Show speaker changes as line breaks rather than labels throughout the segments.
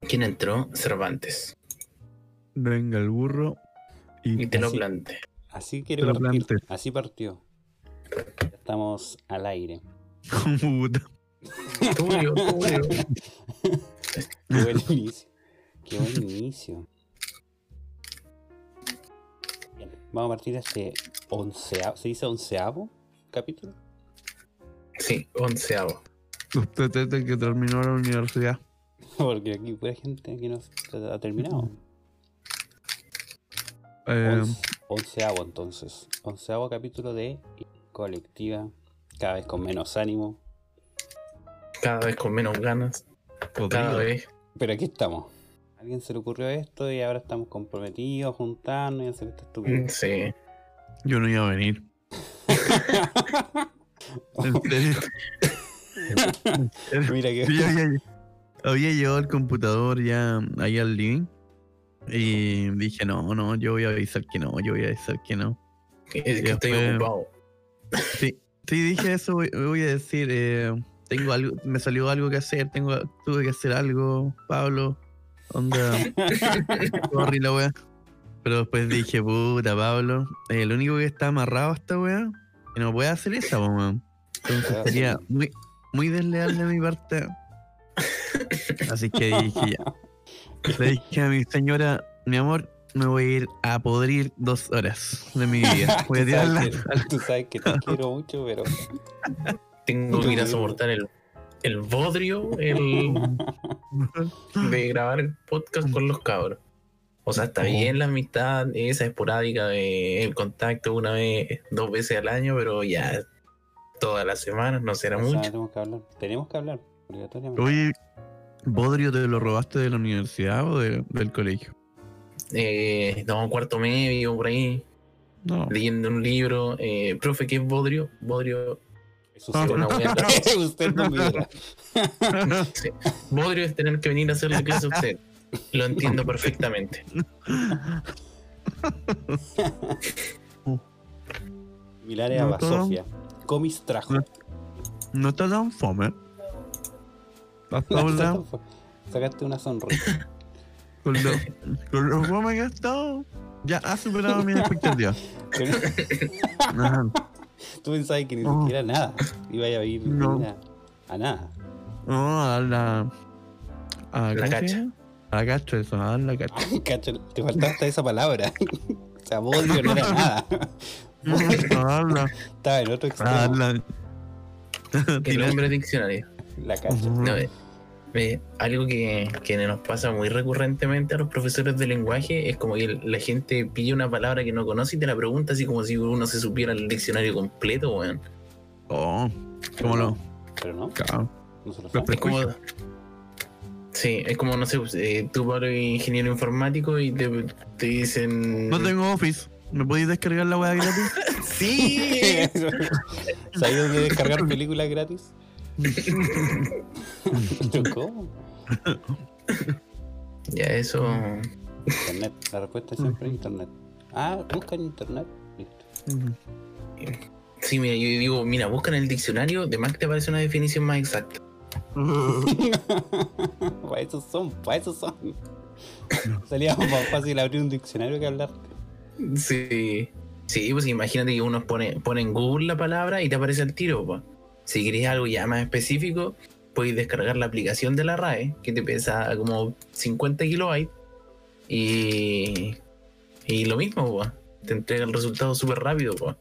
¿Quién entró? Cervantes.
Venga el burro y
Y te lo
así,
planté.
Así
Te
quiero
lo
partir.
planté.
Así partió. Estamos al aire.
como puta.
Tuyo, tuyo.
Qué buen inicio. Qué buen inicio. Bien, vamos a partir de este onceavo. ¿Se dice onceavo capítulo?
Sí, onceavo.
Usted tete que terminó la universidad.
Porque aquí pura gente que no se- ha terminado.
Eh,
Once- onceavo entonces. Onceavo capítulo de colectiva. Cada vez con menos ánimo.
Cada vez con menos ganas. Cada
podrido.
vez.
Pero aquí estamos. A alguien se le ocurrió esto y ahora estamos comprometidos a juntarnos y a hacer
mm,
esto estúpido.
Sí.
Yo no iba a venir. En serio. En serio.
Mira que.
Yo ya había, había llevado el computador ya ahí al living. Y dije, no, no, yo voy a avisar que no, yo voy a avisar que no.
Es que
Ya
estoy
fue.
ocupado.
Sí, dije eso, voy, voy a decir, eh, tengo algo, me salió algo que hacer, tengo, tuve que hacer algo, Pablo, onda, sorry la wea. Pero después dije, puta, Pablo, eh, el único que está amarrado a esta wea, que no puede hacer esa, po, weón. Entonces
Ah,
sería
sí.
muy, muy desleal de mi parte. Así que dije, ya. Le dije a mi señora, mi amor, me voy a ir a podrir dos horas de mi vida. Voy a
Tú sabes
tirarla
que- Tú sabes que te quiero mucho, pero.
Tengo que ir a
Yo-
soportar el, el bodrio el, de grabar el podcast con los cabros. O sea, está
Ujú.
bien la amistad, esa esporádica de el contacto una vez, dos veces al año, pero ya todas las semanas no será
o sea,
mucho.
tenemos que hablar. Tenemos que hablar, obligatoriamente.
Oye, ¿Bodrio te lo robaste de la universidad o de- del colegio?
Eh, no, cuarto medio, por ahí,
No.
leyendo un libro. Eh, profe, ¿qué es bodrio? Bodrio,
Eso
Ah.
sí,
una buena-
Usted no mira.
bodrio es tener que venir a hacerle clase a usted. Lo entiendo perfectamente.
Milares
No,
a
todo.
Sofía. Comis trajo.
no está tan fome. Hasta ahora,
Sacaste una sonrisa.
con lo, con lo fome que ha estado, ya ha superado mis expectativas.
Pero
Ajá.
Tú pensabas que ni
Oh.
siquiera nada. Iba a ir
No.
mira, a nada.
No, a dar la. A,
La
¿cómo se
cacha.
llama? A la cacha, eso, a dar la cacha.
Cacho, te faltaba hasta esa palabra. O sea, bodrio no era nada.
No, a dar la.
Estaba en otro
A
extremo.
dar la.
El
Tirar-
nombre de diccionario.
La cacho.
Mm.
No, eh, eh, algo que, que nos pasa muy recurrentemente a los profesores de lenguaje es como que el- la gente pilla una palabra que no conoce y te la pregunta así como si uno se supiera el diccionario completo, weón.
Oh, ¿Cómo lo?
Pero no,
Claro.
no se lo
Lo
sabe.
Es como...
prejuicio.
Sí, es como, no sé, eh, tú Pablo eres ingeniero informático y te, te dicen...
No tengo office. ¿Me podéis descargar la wea gratis?
Sí,
¿Sabes dónde descargar películas gratis? ¿Pero cómo?
ya eso...
Internet. La respuesta siempre es internet. Ah, busca en internet. Listo.
Sí, mira, yo digo, mira, busca en el diccionario, de más que te aparece una definición más exacta.
para eso son, para eso son. Salía más fácil abrir un diccionario que hablar.
Sí. Sí, pues imagínate que uno pone, pone en Google la palabra y te aparece el tiro, po. Si querés algo ya más específico, puedes descargar la aplicación de la RAE, que te pesa como 50 kilobytes. Y. Y lo mismo, po. Te entrega el resultado súper rápido, po.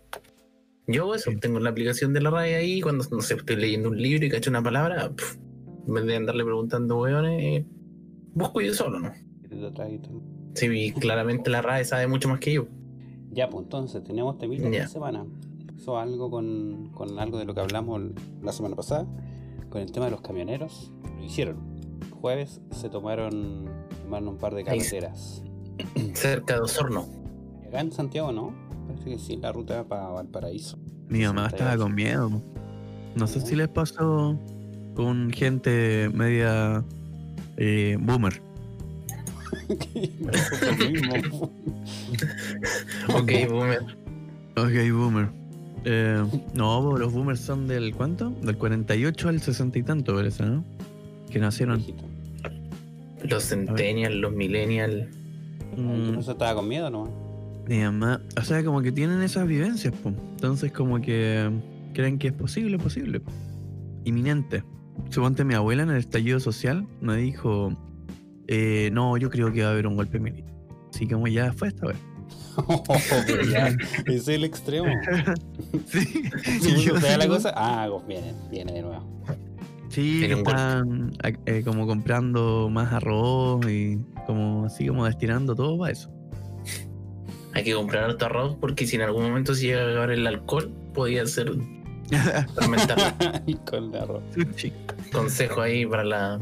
Yo hago eso, tengo la aplicación de la RAE ahí, cuando no sé, estoy leyendo un libro y cacho una palabra, pf, en vez de andarle preguntando weones, eh, busco yo solo, ¿no?
Y te lo traes y todo.
Sí, y claramente la RAE sabe mucho más que yo.
Ya, pues entonces, teníamos temita
Ya.
esta semana. Eso algo con, con algo de lo que hablamos la semana pasada, con el tema de los camioneros. Lo hicieron. Jueves se tomaron, tomaron un par de
Ahí.
carreteras.
Cerca de Osorno.
Y Acá en Santiago, ¿no? Parece que sí, la ruta para Valparaíso.
Mi mamá estaba con miedo. No sé si les pasó con gente media eh, boomer.
Lo mismo.
Ok, boomer.
Ok, boomer. Eh, no, bo, los boomers son del cuánto? Del 48 al 60 y tanto, parece, ¿no? Que nacieron.
Viejito.
Los centennials, los millennials.
Mm,
Eso estaba con miedo nomás.
mi mamá. O sea, como que tienen esas vivencias, pues. Entonces, como que creen que es posible, posible. po. Inminente. Suponte mi abuela en el estallido social me dijo: eh, No, yo creo que va a haber un golpe militar. Así como ya fue esta vez.
Pero ya, ese es el extremo.
Sí,
Si
Y yo
se da la
digo,
cosa, ah, pues viene, viene de nuevo.
Sí,
Tiene un golpe.
están ah, eh, como comprando más arroz y como así como destinando todo para eso.
Hay que comprar harto arroz porque si en algún momento se llega a acabar el alcohol, podía ser fermentar.
Y con la ropa,
Sushi.
Consejo ahí para la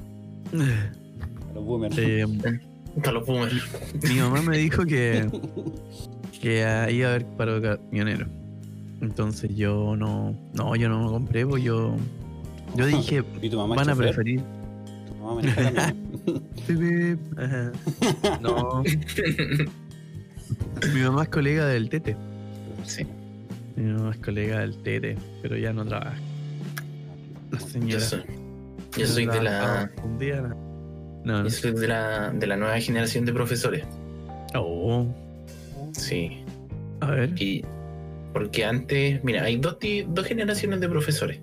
los boomers.
Eh,
para los boomers.
mi mamá me dijo que, que ah, iba a haber paro camionero. Entonces yo no, no, yo no compré, pues yo, yo dije,
¿Y tu mamá es
van a
chofer?
preferir.
Tu mamá maneja camión.
Pip, pip. Ajá. No, mi mamá es colega del Tete.
Sí.
Mi mamá es colega del Tete, pero ya no trabaja. La
Yo
señora.
soy, yo soy de la
Un día la- No, no.
yo soy de la de la nueva generación de profesores.
Oh,
Sí.
a ver.
Y porque antes, mira, hay dos ti- dos generaciones de profesores.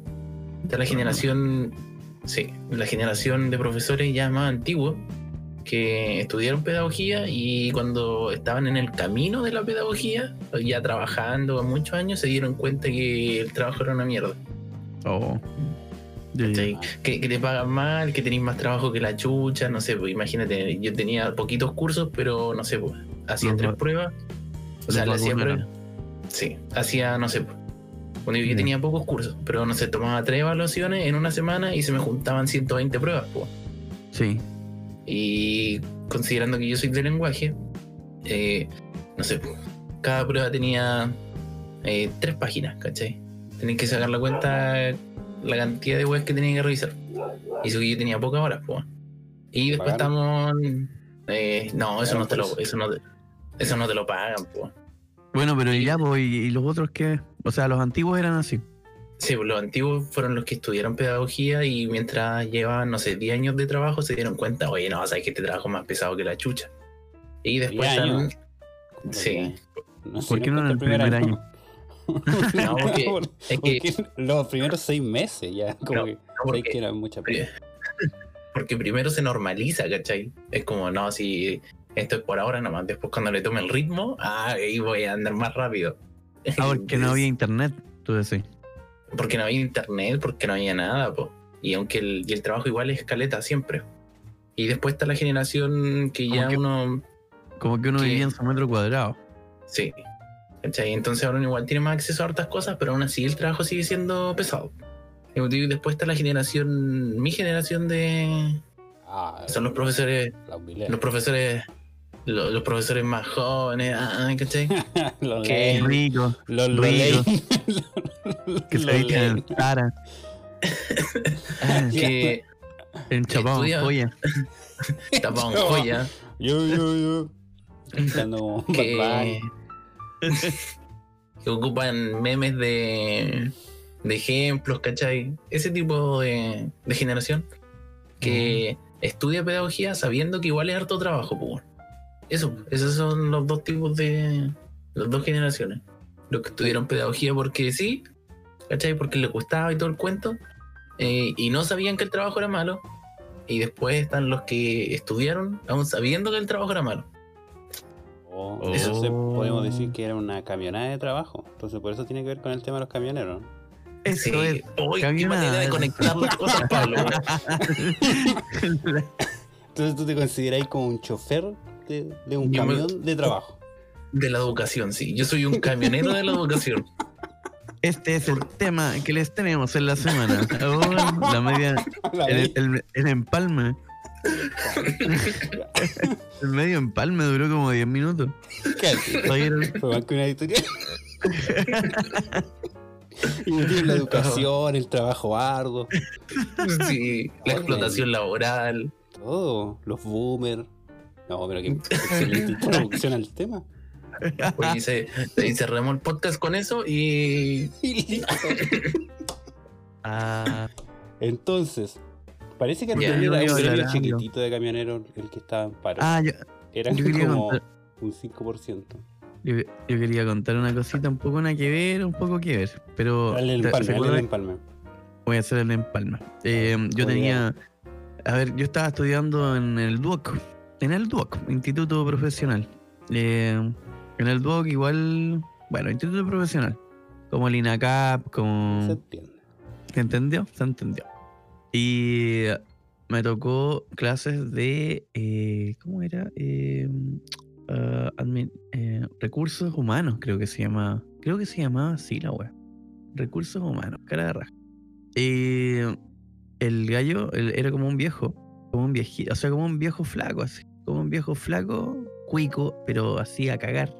Está la generación sí, la generación de profesores ya más antiguos que estudiaron pedagogía y cuando estaban en el camino de la pedagogía, ya trabajando a muchos años, se dieron cuenta que el trabajo era una mierda.
Oh. Ya, ya.
¿Cachai? Que, que te pagan mal, que tenéis más trabajo que la chucha, no sé, pues imagínate, yo tenía poquitos cursos, pero no sé, pues, hacía
Los
tres
va-
pruebas. O sea, le
Los
hacía
vacunaron.
pruebas. Sí, hacía, no sé, pues. Bueno, yo
Ya.
tenía pocos cursos, pero no sé, tomaba tres evaluaciones en una semana y se me juntaban 120 pruebas, pues.
Sí.
Y considerando que yo soy de lenguaje, eh, no sé, pues, cada prueba tenía eh, tres páginas, ¿cachai? Tenéis que sacar la cuenta la cantidad de webs que tenía que revisar. Y eso que yo tenía pocas horas, pues. Y después estamos. eh, no, eso no te lo, eso no te, eso no te lo pagan, pues.
Bueno, pero ya, pues, ¿y, y los otros qué? O sea, los antiguos eran así.
Sí, pues, los antiguos fueron los que estudiaron pedagogía y mientras llevaban, no sé, 10 años de trabajo se dieron cuenta, oye, no, sabes que este trabajo es más pesado que la chucha. Y después
10 años.
están,
¿Cómo
Sí.
que no? No sé,
¿Por qué no en el
cuenta
primer año?
No, porque-
Por-
es que-
porque los primeros seis meses ya, como
No,
que,
porque-
sabes que era mucha pena.
Porque primero se normaliza, ¿cachai? Es como, no, si esto es por ahora nomás, después cuando le tome el ritmo, ah, ahí voy a andar más rápido.
Ah, porque no había internet, tú decís.
Porque no había internet, porque no había nada, po. Y aunque el, y el trabajo igual es caleta siempre. Y después está la generación que
Como
ya
que-
uno...
Como que uno
Sí.
vivía en su metro cuadrado.
Sí. ¿Cachai? Entonces ahora uno igual tiene más acceso a hartas cosas, pero aún así el trabajo sigue siendo pesado. Y después está la generación, mi generación de...
Ah,
Son los profesores
la humilé.
los profesores lo- los, profesores más jóvenes ah, ¿cachai?
Los
que-
ley,
Rico,
los
rico.
ley.
que se
Los
viste
ley.
en Zara. Ah,
que
en Chapao,
estudia-
oye.
tapaban
No.
joya
Yo, yo, yo. Cantando como Bad
que,
Bunny.
que ocupan memes de de ejemplos ¿cachai? ese tipo de, de generación que estudia pedagogía sabiendo que igual es harto trabajo pues bueno. eso esos son los dos tipos de las dos generaciones los que estudiaron pedagogía porque sí ¿cachai? Porque les gustaba y todo el cuento, eh, y no sabían que el trabajo era malo, y después están los que estudiaron, aún sabiendo que el trabajo era malo.
Oh,
Oh.
Entonces podemos decir que era una camionada de trabajo. Entonces por eso tiene que ver con el tema de los camioneros. ¿no?
Eso
Sí.
es.
Uy, qué
Camina.
manera de conectar las cosas, Pablo.
Entonces tú te consideráis como un chofer de, de un
Yo me-
camión de trabajo.
De la educación, sí. Yo soy un camionero de la educación.
Este es el tema que les tenemos en la semana. Oh, la media.
La
El,
ley.
el- el empalme. el medio empalme duró como 10 minutos.
Casi.
Todavía era-
Fue más que una editorial. y me tiene la educación, el trabajo arduo,
Sí, la explotación laboral.
todo. Los boomers. No, pero qué excelente introducción al tema.
Oye, y se- y cerramos el podcast con eso y
Y listo.
Ah,
Entonces, Parece
Ya,
que antes era
yo
un
digo,
gremio
ya,
chiquitito de camioneros el que estaba en paro.
Ah, yo,
era
yo quería
como
contar.
un 5%.
Yo, yo quería contar una cosita, un poco una que ver, un poco que ver, pero
Dale el
Oh, ¿se
empalme, dale el
acuerdan?
empalme.
voy a hacer el empalme. Eh, yo
Muy
tenía, a ver, yo estaba estudiando en el DUOC, en el DUOC, Instituto Profesional. Eh, en el DUOC igual, bueno, Instituto Profesional, como el INACAP,
Se
como...
entiende.
¿Se entendió? Se entendió. Y me tocó clases de, eh, ¿cómo era? Eh, ah, admin- eh, recursos humanos, creo que se llamaba. Creo que se llamaba así la web. Recursos humanos, cara de raja. Eh, el gallo el- era como un viejo, como un viejito, o sea, como un viejo flaco, así. Como un viejo flaco, cuico, pero así a cagar.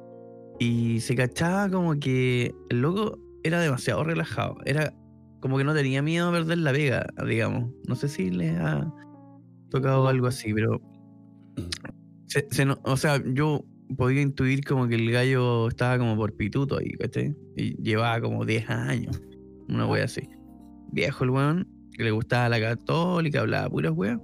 Y se cachaba como que el loco era demasiado relajado. Era como que no tenía miedo a perder la vega, digamos. No sé si les ha tocado algo así, pero. se- se no- o sea, yo podía intuir como que el gallo estaba como por pituto ahí, ¿cachai? Y llevaba como 10 años, una wea así. Viejo el weón, que le gustaba la católica, hablaba puras weas.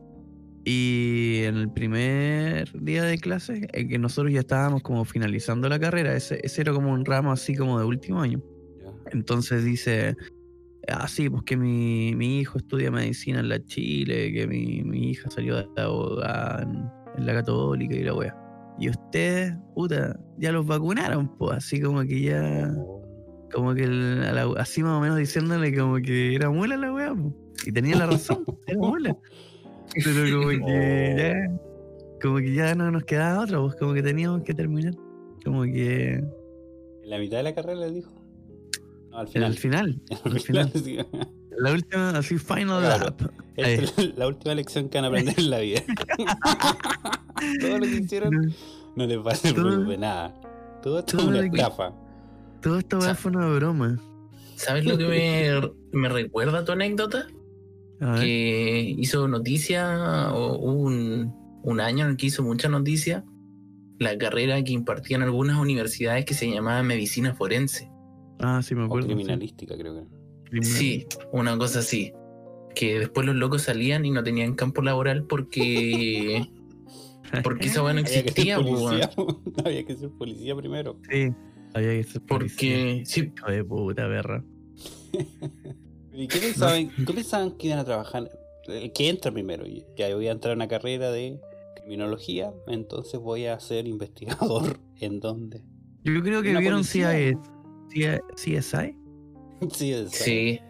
Y en el primer día de clase, eh, que nosotros ya estábamos como finalizando la carrera, ese, ese era como un ramo así como de último año.
Ya.
Entonces dice, ah, sí, pues que mi, mi hijo estudia medicina en la Chile, que mi, mi hija salió de abogada en, en la católica y la wea. Y ustedes, puta, ya los vacunaron, pues, así como que ya,
Oh,
como que el- a la- así más o menos diciéndole como que era mula la wea, po. y tenía la razón, era mula. Pero como que ya, como que ya no nos quedaba otra, pues, como que teníamos que terminar, como que
En la mitad de la carrera le dijo. No, al final.
al final,
Al
al
final,
final.
sí.
la última, así final
Claro.
lap.
Esta es la, la última lección que van a aprender en la vida. Todo lo que hicieron no les va a servir
Todo-
de nada. Todo esto es
todo
una
lo que-
estafa.
Todo esto weá,
Sa-
fue una broma.
¿Sabes lo que me, me recuerda tu anécdota?
A ver,
que hizo noticia, o hubo un, un año en el que hizo mucha noticia, la carrera que impartían algunas universidades que se llamaba medicina forense.
Ah, sí, me
O
acuerdo. sí.
criminalística, creo que.
Criminal.
Sí, una cosa así. Que después los locos salían y no tenían campo laboral porque, porque esa weá no
Había que
existía,
ser
po,
policía.
weón.
Había que ser policía primero.
Sí, había que ser policía.
Porque, sí,
Hijo de puta, perra.
¿Y qué pensaban, qué pensaban que iban a trabajar? El que entra primero. y- Ya yo voy a entrar a una carrera de criminología, entonces voy a ser investigador. ¿En dónde?
Yo creo que
Una
vieron
policía.
CSI. CSI.
Sí, esa.
sí.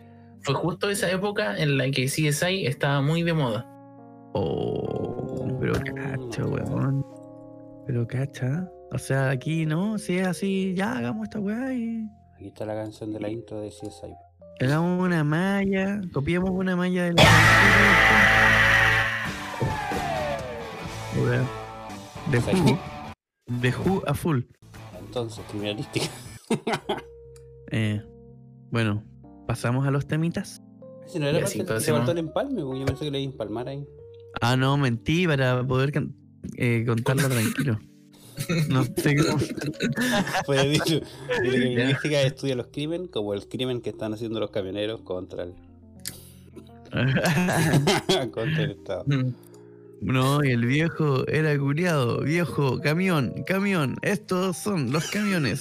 Fue justo esa época en la que CSI estaba muy de moda.
Oh, pero
Oh.
cacha, weón. Pero cacha. O sea, aquí no, si es así, ya hagamos esta weá y.
Aquí está la canción de la intro de CSI.
Hagamos una malla, copiamos una malla de la. Weá. De jugo, de jugo a full.
Entonces, criminalística.
Eh, bueno, pasamos a los temitas.
Si no era
Y así
parte, se
pasemos.
faltó el empalme, porque yo pensé que le iba a empalmar ahí.
Ah, no, mentí para poder can- eh, contarla tranquilo. No sé cómo.
Fue dicho, y la criminalística
Ya.
estudia los crímenes, como el crimen que están haciendo los camioneros contra el, contra el Estado.
Mm.
no, y el viejo era curiado. Viejo, camión, camión. Estos son los camiones.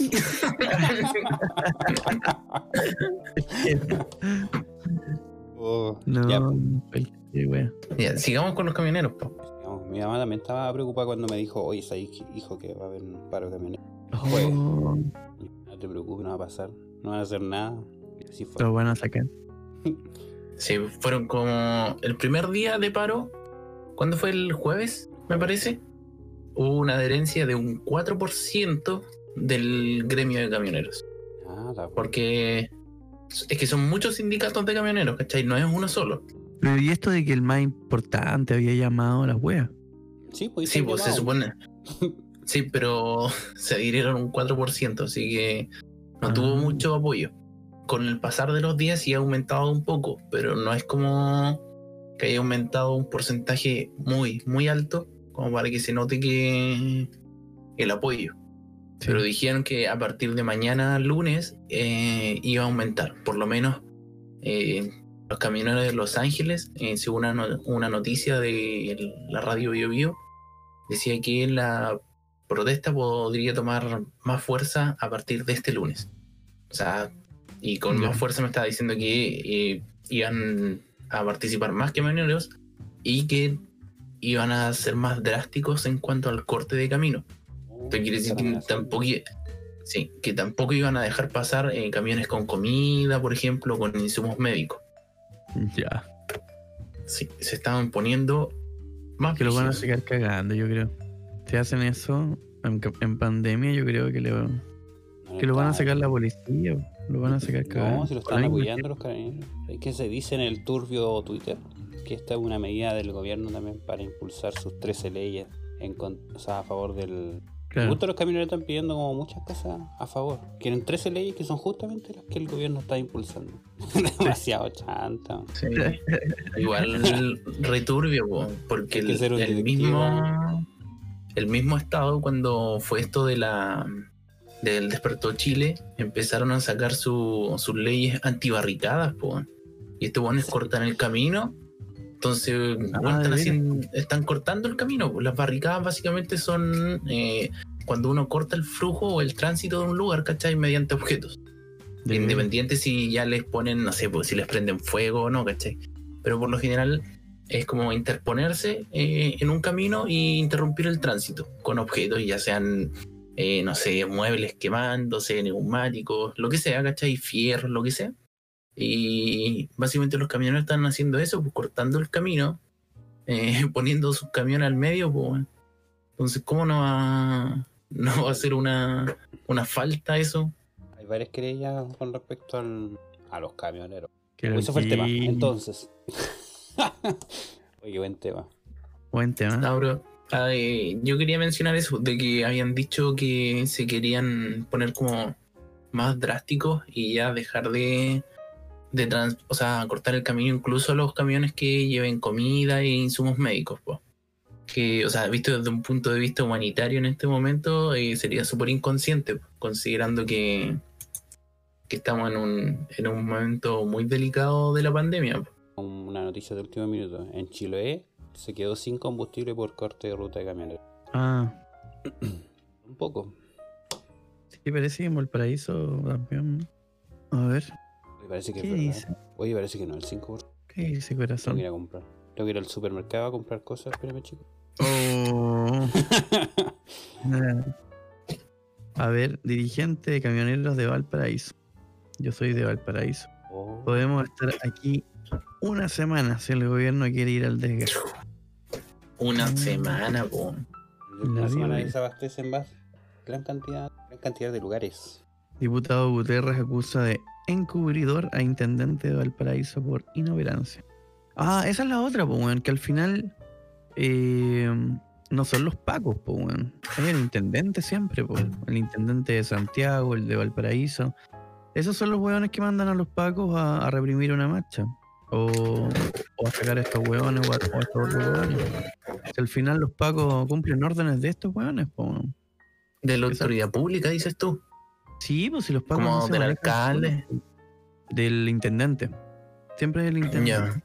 Oh,
No,
ya,
cualquier wea.
Ya, sigamos con los camioneros, po.
pues, digamos, mi mamá también estaba preocupada cuando me dijo, oye, ¿sabes qué, hijo que va a haber un paro de camioneros?
Oh,
No te preocupes, no va a pasar, no van a hacer nada. Y así fue.
lo van a sacar.
Sí, fueron como el primer día de paro. ¿Cuándo fue el jueves? Me parece. Hubo una adherencia de un 4% del gremio de camioneros.
Ah, la-
Porque es que son muchos sindicatos de camioneros, ¿cachai? No es uno solo.
Pero y esto de que el más importante había llamado a las weas.
Sí, pues,
Sí,
hizo
pues se
llamado.
supone. Sí, pero se adhirieron un 4%, así que no tuvo
Ah.
mucho apoyo. Con el pasar de los días sí ha aumentado un poco, pero no es como que haya aumentado un porcentaje muy, muy alto, como para que se note que el apoyo.
Sí.
Pero dijeron que a partir de mañana lunes eh, iba a aumentar, por lo menos eh, los camioneros de Los Ángeles, eh, según una, no- una noticia de el- la radio Bio Bio, decía que la protesta podría tomar más fuerza a partir de este lunes. O sea, y con
Ya.
más fuerza me estaba diciendo que eh, iban a participar más camioneros y que iban a ser más drásticos en cuanto al corte de camino. Esto quiere decir que tampoco, i- sí, que tampoco iban a dejar pasar eh, camiones con comida, por ejemplo, con insumos médicos.
Ya.
Sí, se estaban poniendo más
Que lo van a
brígidos.
sacar cagando, yo creo. Si hacen eso en, ca- en pandemia, yo creo que, le, van- que lo van a sacar la policía. Lo van a sacar cagando.
No, si lo están apoyando los carabineros. Es que se dice en el turbio Twitter que esta es una medida del gobierno también para impulsar sus 13 leyes en con- o sea, a favor del...
Claro.
Justo los camioneros están pidiendo como muchas cosas a favor. Quieren 13 leyes que son justamente las que el gobierno está impulsando. Demasiado chanta.
Sí. Igual returbio, po, porque
Hay que
el,
ser un
el
directivo.
mismo el mismo estado cuando fue esto de la del despertó Chile empezaron a sacar su- sus leyes antibarricadas, po. y estos buenos cortan el camino. Entonces, bueno,
de
Ah,
están,
veras.
haciendo- están cortando el camino. po. Las barricadas básicamente son eh, cuando uno corta el flujo o el tránsito de un lugar, ¿cachai? Mediante objetos.
De-
Independiente si ya les ponen, no sé, pues, si les prenden fuego o no, ¿cachai? Pero por lo general es como interponerse eh, en un camino e interrumpir el tránsito con objetos, ya sean, eh, no sé, muebles quemándose, neumáticos, lo que sea, ¿cachai? Fierros, lo que sea. Y básicamente los camioneros están haciendo eso, pues cortando el camino, eh, poniendo sus camiones al medio, pues. bueno. Entonces, ¿cómo no va, no va a ser una, una falta eso?
Hay varias querellas con respecto al- a los camioneros.
que lo
Eso fue el tema.
quiten.
Entonces. Oye, buen tema.
Buen tema.
No, bro. Ah, eh, yo quería mencionar eso, de que habían dicho que se querían poner como más drásticos y ya dejar de, de trans- o sea, cortar el camino incluso a los camiones que lleven comida e insumos médicos, po. Que, o sea, visto desde un punto de vista humanitario en este momento, eh, sería súper inconsciente, po, considerando que, que estamos en un, en un momento muy delicado de la pandemia. po.
Una noticia de último minuto. En Chiloé se quedó sin combustible por corte de ruta de camioneros.
Ah,
Un poco.
sí, parece que en Valparaíso también. A ver,
Oye, parece que
¿qué
es verdad.
dice?
Oye, parece que no, el 5%.
¿Qué dice
Tengo que
corazón?
ir a comprar. Tengo que ir al supermercado a comprar cosas. Espérame, chico.
Oh. Eh, A ver, dirigente de camioneros de Valparaíso. Yo soy de Valparaíso.
Oh,
Podemos estar aquí una semana si el gobierno quiere ir al desgaste.
Una
Mm.
semana, po.
la
la
semana
vida.
se abastece en más gran cantidad, gran cantidad de lugares.
Diputado Guterres acusa de encubridor a intendente de Valparaíso por inoperancia. Ah, esa es la otra, pues, weón, que al final eh, no son los pacos, pues, weón. Es el intendente siempre, pues. El intendente de Santiago, el de Valparaíso. Esos son los weones que mandan a los pacos a, a reprimir una marcha. O, o a sacar a estos weones o a, o a estos otros weones. Si al final los pacos cumplen órdenes de estos weones, pues, weón.
De la
Exacto.
autoridad pública, dices tú.
Sí, pues si los pacos.
como
no se
del
manejan solos.
alcalde.
del intendente. Siempre es el intendente.
Ya.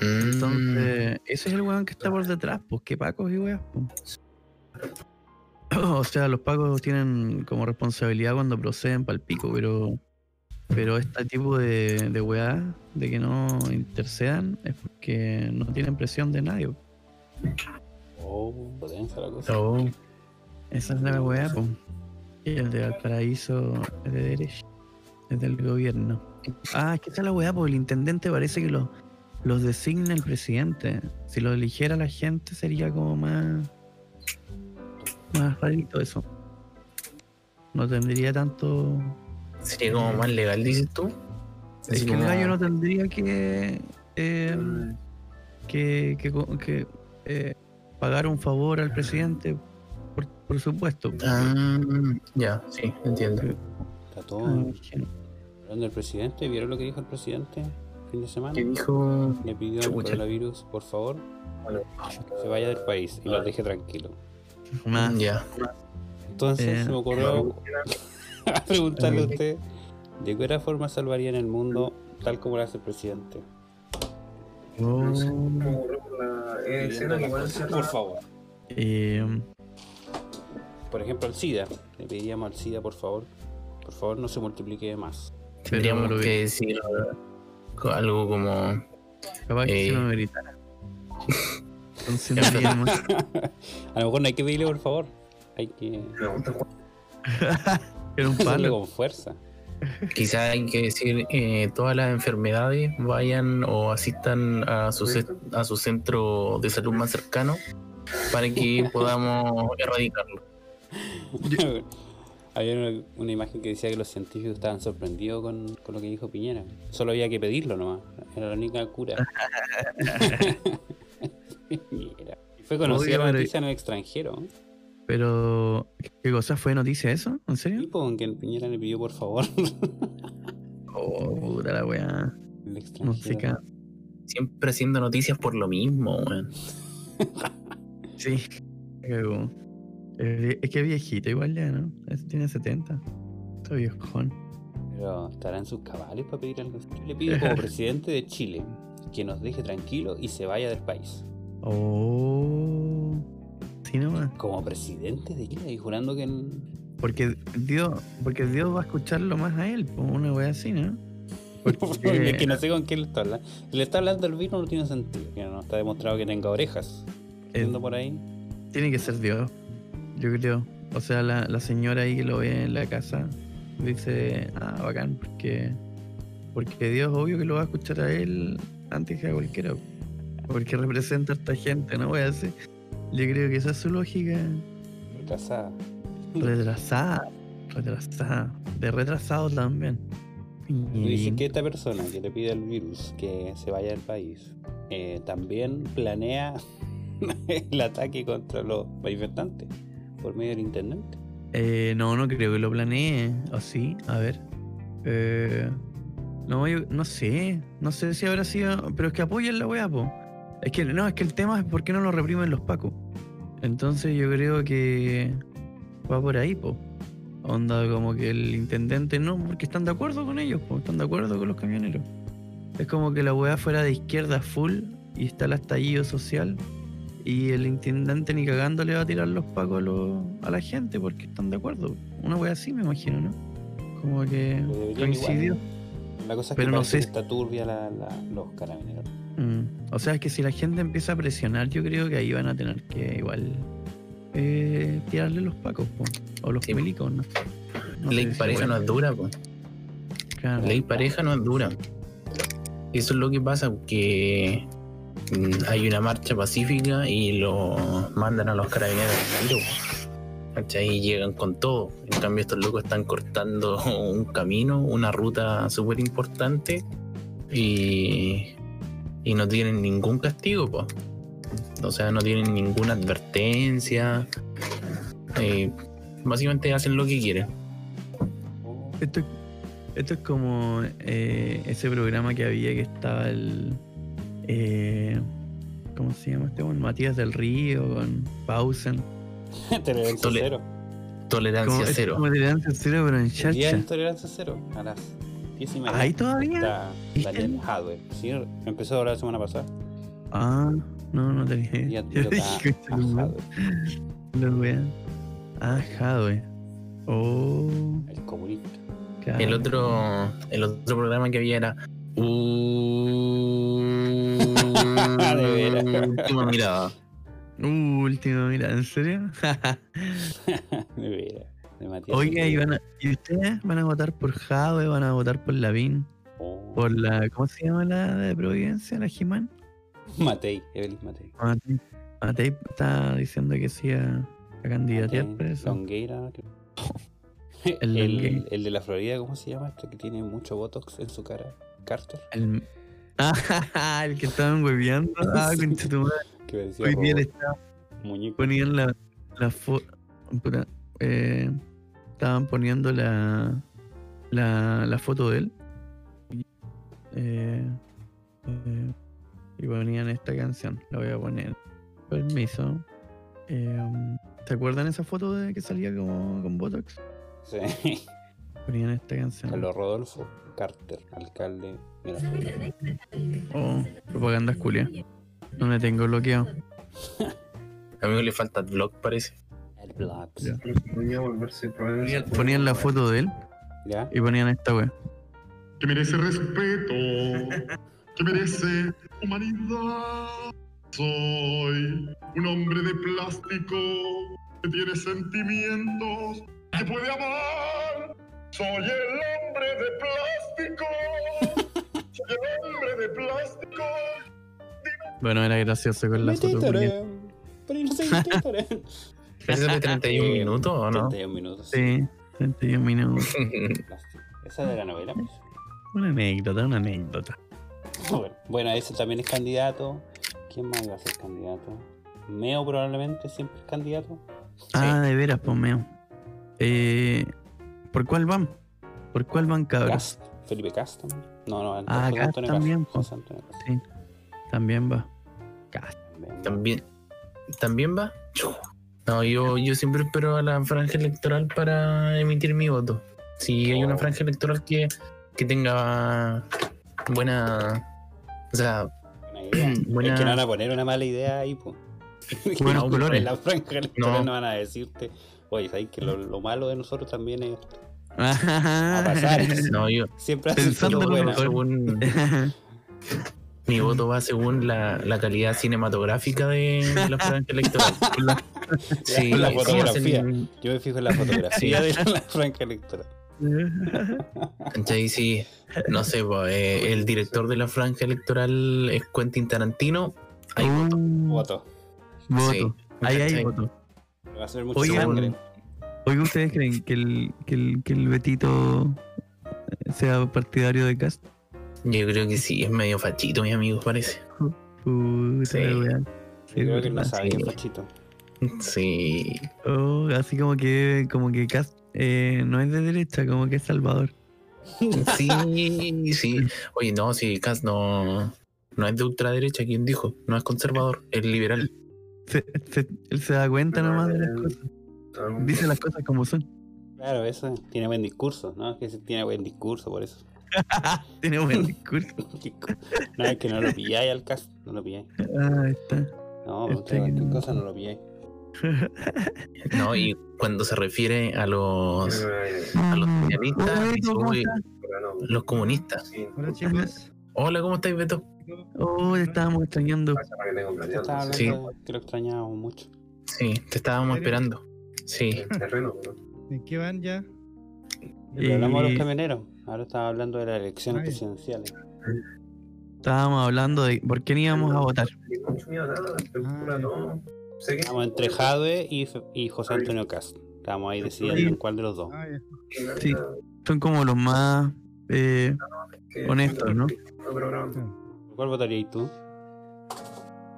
Mm.
Entonces, ese es el weón que está por detrás, pues que pacos y weas. pues. O sea, los pacos tienen como responsabilidad cuando proceden para el pico, pero pero este tipo de, de weas, de que no intercedan, es porque no tienen presión de nadie. pues.
Oh, potencia la cosa.
Oh.
Esa es la wea, pues. Y el de Valparaíso es de derecha, es del gobierno. Ah, es que esa es la weá, porque el intendente parece que los, los designa el presidente. Si lo eligiera la gente sería como más. más rarito eso. No tendría tanto.
Sería como más legal, dices tú.
Es
Así
que el
como-
gallo no tendría que. eh, que, que co- que, eh, pagar un favor al presidente, por, por supuesto.
Ah, ya, sí, entiendo.
Está todo
Ah, bueno.
hablando del presidente. ¿Vieron lo que dijo el presidente el fin de semana?
¿Qué dijo?
Le pidió al
Chucha.
coronavirus, por favor, se vaya del país y los deje tranquilo.
Más-
Ya.
Entonces
Eh,
se me ocurrió preguntarle a usted de qué otra forma salvarían el mundo tal como lo hace el presidente.
No.
No sé cómo ocurrió por la eh, escena que igual encierra-
Por favor.
Eh,
Por ejemplo, al SIDA. Le pedíamos al SIDA, por favor. Por favor, no se multiplique más.
Tendríamos
pero
que decir co- algo como.
Capaz que
Eh.
sí me ameritara. Son 100 días más.
A lo mejor no hay que pedirle, por favor. Hay que
Pregunta, ¿cuál-
Era un
hacerlo
palo.
con fuerza.
Quizá hay que decir eh, todas las enfermedades vayan o asistan a su, ce- a su centro de salud más cercano para que podamos erradicarlo.
Había una, una imagen que decía que los científicos estaban sorprendidos con, con lo que dijo Piñera. Solo había que pedirlo nomás. Era la única cura. Piñera. Y fue conocida
Obvio,
la
pero-
noticia en el extranjero.
Pero, ¿qué cosa fue noticia eso? ¿En
Y
serio?
con que Piñera le pidió por favor.
Oh, puta la weá.
el extranjero.
Música.
Siempre haciendo noticias por lo mismo, weón.
Sí. Cagó. Eh, Es que es viejito igual ya, ¿no? Es- Tiene 70. Está viejón.
Pero estará en sus cabales para pedir algo. así? Yo le pido como presidente de Chile que nos deje tranquilo y se vaya del país.
Oh. Sí nomás.
Como presidente de Chile y jurando que... en-
Porque Dios, porque Dios va a escucharlo más a él, como una wea así, ¿no? Porque-
que no sé con quién le está hablando. Si le está hablando el vino no tiene sentido. Que no está demostrado que tenga orejas.
Eh,
Yendo por ahí.
Tiene que ser Dios, yo creo. O sea, la, la señora ahí que lo ve en la casa dice, ah, bacán, porque, porque Dios obvio que lo va a escuchar a él antes que a cualquiera. Porque representa a esta gente, ¿no? Voy a decir. Yo creo que esa es su lógica.
por Casada.
Retrasada, retrasada. De retrasado también.
Y dice
Y-
que esta persona que le pide al virus que se vaya del país eh, también planea el ataque contra los manifestantes por medio del internet.
Eh, no, no creo que lo planee. ¿O sí? A ver. Eh, no, yo no sé. No sé si habrá sido. Pero es que apoyan la weá, po. Es que no, es que el tema es por qué no lo reprimen los pacos. Entonces yo creo que va por ahí, po. Onda, como que el intendente no, porque están de acuerdo con ellos, po. Están de acuerdo con los camioneros. Es como que la weá fuera de izquierda full y está el estallido social. Y el intendente ni cagando le va a tirar los pacos a, los- a la gente porque están de acuerdo. Una wea así, me imagino, ¿no? Como que
Lo deberían
coincidió.
La cosa es
Pero
que,
no
parece
sé
que
si-
está turbia la- la- los carabineros.
Mm, O sea, es que si la gente empieza a presionar, yo creo que ahí van a tener que igual eh, tirarle los pacos po, o los
Sí.
milicos, ¿no? No
Ley
sé si
pareja
bueno,
no es dura, po.
claro.
Ley pareja no es dura. Eso es lo que pasa, que mm, hay una marcha pacífica y lo mandan a los carabineros al tiro. po. ¿Cachai? Y llegan con todo. En cambio, estos locos están cortando un camino, una ruta súper importante y, y no tienen ningún castigo, po. O sea, no tienen ninguna advertencia. Eh, básicamente hacen lo que quieren.
Esto, esto es como eh, ese programa que había que estaba el. eh, ¿Cómo se llama este? Con Matías del Río, con Pausen.
Tolerancia
Tole-
cero.
Tolerancia
Como, es
cero.
como tolerancia cero, pero en
El día de
charcha.
tolerancia cero. A las 10 y media.
Ahí todavía.
Está Daniel Hadwe. Sí, empezó ahora la semana pasada.
Ah, no, no tenía.
Y ya
Yo dije,
está a
"Chuta,
Hadwe,
La wea. Ah, Jadwe. Oh,
el comunista.
claro.
El otro, el otro programa que había era "Uh, mm, Última mirada.
Uh, último, mira, ¿en serio?
De veras. De Matías.
Oiga, y,
Iván.
van a- ¿y ustedes van a votar por Jadwe, van a votar por Lavín,
Oh,
por la. ¿Cómo se llama la de Providencia, la Jimán?
Matei, Evelyn Matei.
Matei Matei está diciendo que sí a, a candidatear por eso.
Longueira. creo.
El
El,
Longueira.
el de la Florida, ¿cómo se llama? Este que tiene mucho botox en su cara. Carter.
El, ah, el que estaban hueveando. Ah,
Sí.
conchetumadre.
Que parecía
Hoy día
robot.
le estaba
muñeco.
ponían la, la fo- puta, eh, estaban poniendo la, la la foto de él Eh, eh, y ponían esta canción la voy a poner permiso Eh, ¿te acuerdan esa foto de que salía como con Botox?
Sí.
ponían esta canción
Carlos Rodolfo. Carter, alcalde de la Florida.
Oh, propaganda culia. No me tengo bloqueado.
A mí le falta blog, parece.
El Blacks.
Ya.
Podría volverse problema.
Ponían la foto de él
¿Ya?
y ponían esta wea.
que merece respeto, que merece humanidad. Soy un hombre de plástico que tiene sentimientos, que puede amar. Soy el hombre de plástico. Soy el hombre de plástico.
Bueno, era gracioso con la foto. culia.
Tarán, princesa tarán.
¿Ese es de 31 minutos o no?
31 minutos.
Sí, 31 minutos.
Plástico. Esa de la novela. pues.
Una anécdota, una anécdota.
Bueno, bueno, ese también es candidato. ¿Quién más va a ser candidato? Meo probablemente siempre es candidato.
Ah, de veras, pomeo. Eh, ¿Por cuál van? ¿Por cuál van, cabros?
Cast, Felipe Cast también. No, no,
Ah,
José
Cast
Antonio Cast,
también,
José Antonio Cast
Sí, también va.
también.
También. ¿También va? No, yo, yo siempre espero a la franja electoral para emitir mi voto. Si hay una
Oh.
franja electoral que, que tenga buena. O sea,
Buena idea.
Buena-
Es que no van a poner una mala idea ahí, pues.
Buenos colores.
En la franja electoral no.
No.
van a decirte, oye, ¿sabes que lo, lo malo de nosotros también es esto?
A
pasar.
no, yo.
Siempre hacen
Pensando
yo
cosas
en lo
voto
buenas.
mejor.
según- mi voto va según la, la calidad cinematográfica de, de la franja electoral. Sí,
la
sí,
fotografía.
hacen-
Yo me fijo en la fotografía de la franja electoral.
¿Cachai? Sí, no sé, po, eh, el director de la franja electoral es Quentin Tarantino. Hay voto.
Voto.
voto.
Sí,
Ahí hay
¿cachai?
voto.
Va a ser mucha
Oigan.
sangre.
Oiga, ¿ustedes creen que el, que el, que el Betito sea partidario de Cast?
Yo creo que sí, es medio fachito, mi amigo, parece.
Puta
Sí.
la weá.
Yo
Sí,
creo que él no
verdad.
sabe
sí.
qué fachito.
Sí,
Oh, así como que como que Cast eh, no es de derecha, como que es Salvador.
sí, sí. Oye, no, si Cas no, no es de ultraderecha, ¿quién dijo? No es conservador, es liberal.
Se, se- él se da cuenta nomás de las cosas. Dice las cosas como son.
Claro, eso tiene buen discurso, ¿no? Es que sí tiene buen discurso, por eso.
Tiene buen discurso.
No, es que no lo pilláis al cast, no lo pilláis.
Ah, ahí está.
No,
Este
usted
que
cualquier
no.
cosa no lo pilláis.
No, y cuando se refiere a los, a los
Mm.
socialistas, dice, "Uy, los comunistas.
Hola, chicos.
Hola, ¿cómo estáis, Beto?
Oh, te estábamos extrañando.
Usted estaba hablando
Sí.
de que lo extrañábamos mucho.
Sí, te estábamos esperando. Sí,
¿En qué van ya?
Pero
Eh,
hablamos de los camioneros. Ahora estaba hablando de las elecciones
Ah, ya.
presidenciales.
Estábamos hablando de por qué no íbamos a votar.
Estábamos entre Jadwe y, Fe- y José Antonio Cast. Estábamos ahí decidiendo en cuál de los dos.
Ah, ya.
Sí. Son como los más eh, honestos, ¿no?
¿Cuál votarías tú?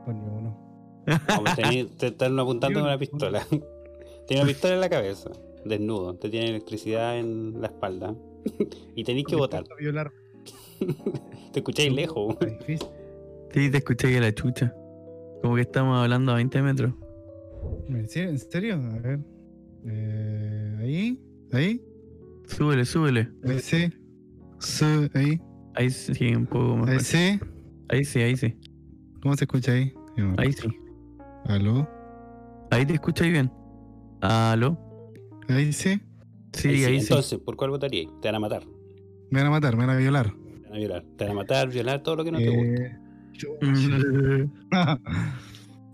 Pues ni uno.
No, pues tení- te están apuntando
Yo
con una
no.
pistola. Tiene una pistola en la cabeza, desnudo. Te tiene electricidad en la espalda. Y tenéis que votar.
Dispuesto a violar.
Te escucháis lejos.
Está difícil.
Sí, te escuché que la chucha. Como que estamos hablando a 20 metros.
¿En serio? ¿En serio? A ver. Eh, ahí. Ahí.
Súbele, súbele.
Ahí sí. Su- ahí.
Ahí sí, un poco más.
Ahí
fuerte.
sí.
Ahí sí, ahí sí.
¿Cómo se escucha ahí? Yo-
Ahí sí.
¿Aló?
Ahí te escucháis bien. ¿Aló?
Ahí sí.
Sí,
Ahí sí,
ahí sí.
Entonces, ¿por cuál votaríais? Te van a matar.
Me van a matar, me van a violar.
Te van a violar. Te van a matar, violar todo lo que no te gusta.
Eh,
Mm.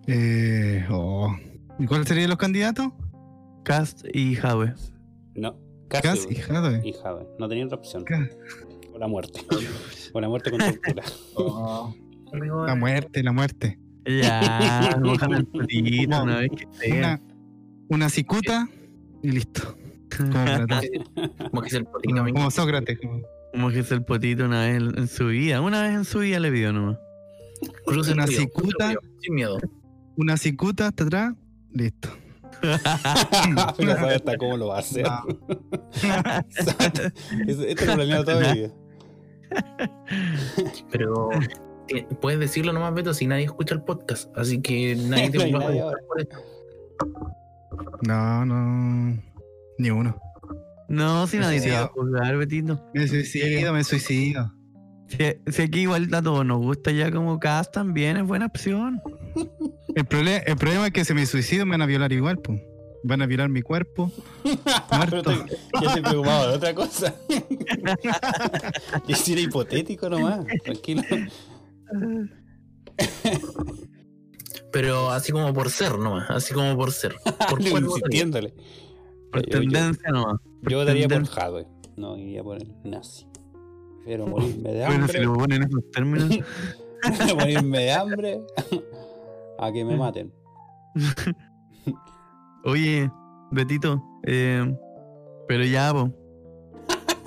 eh, oh. ¿Y cuáles serían los candidatos?
Cast y Jave.
No.
Cas
Casi.
y Jadwe.
Y Jave. No tenía otra opción.
Cas.
O la muerte. O la muerte con tortura.
La muerte, la muerte.
Ya, bójame el patito una vez que sea.
Una, una cicuta y listo. Como, Platón,
como que es el polígono,
como,
amigo.
como Sócrates. como-
Como que es el potito una vez en en su vida. Una vez en su vida le pido nomás.
Cruza el
Una
río, cruza el
cicuta.
río, Sin miedo.
Una cicuta hasta atrás, listo.
Pero sabe hasta cómo lo va a hacer. Esto lo planeado toda mi vida.
Pero eh, puedes decirlo nomás, Beto, si nadie escucha el podcast. Así que nadie
No
te
hay
va a
nadie
juzgar por esto.
No, no. Ni uno.
No, si
Me
nadie te va a
suicido.
juzgar, Betito.
Me suicido, me suicido.
Si, si aquí igual a todos nos gusta ya como cast también, es buena opción.
El, prole- el problema es que si me suicido me van a violar igual, pues. Van a violar mi cuerpo.
Pero te- ya estoy preocupado de otra cosa. Yo era hipotético nomás, tranquilo.
Pero así como por ser nomás, así como por ser. Por cuál votaría.
Insistiéndole.
Por
Yo- yo-
tendencia nomás. por
Yo votaría por
tendencia.
Hadwe, no iría por el nazi. Prefiero morirme de
Bueno, si
hambre.
lo ponen en esos términos.
Prefiero morirme de hambre a que me maten.
Oye, Betito, eh, pero ya, po.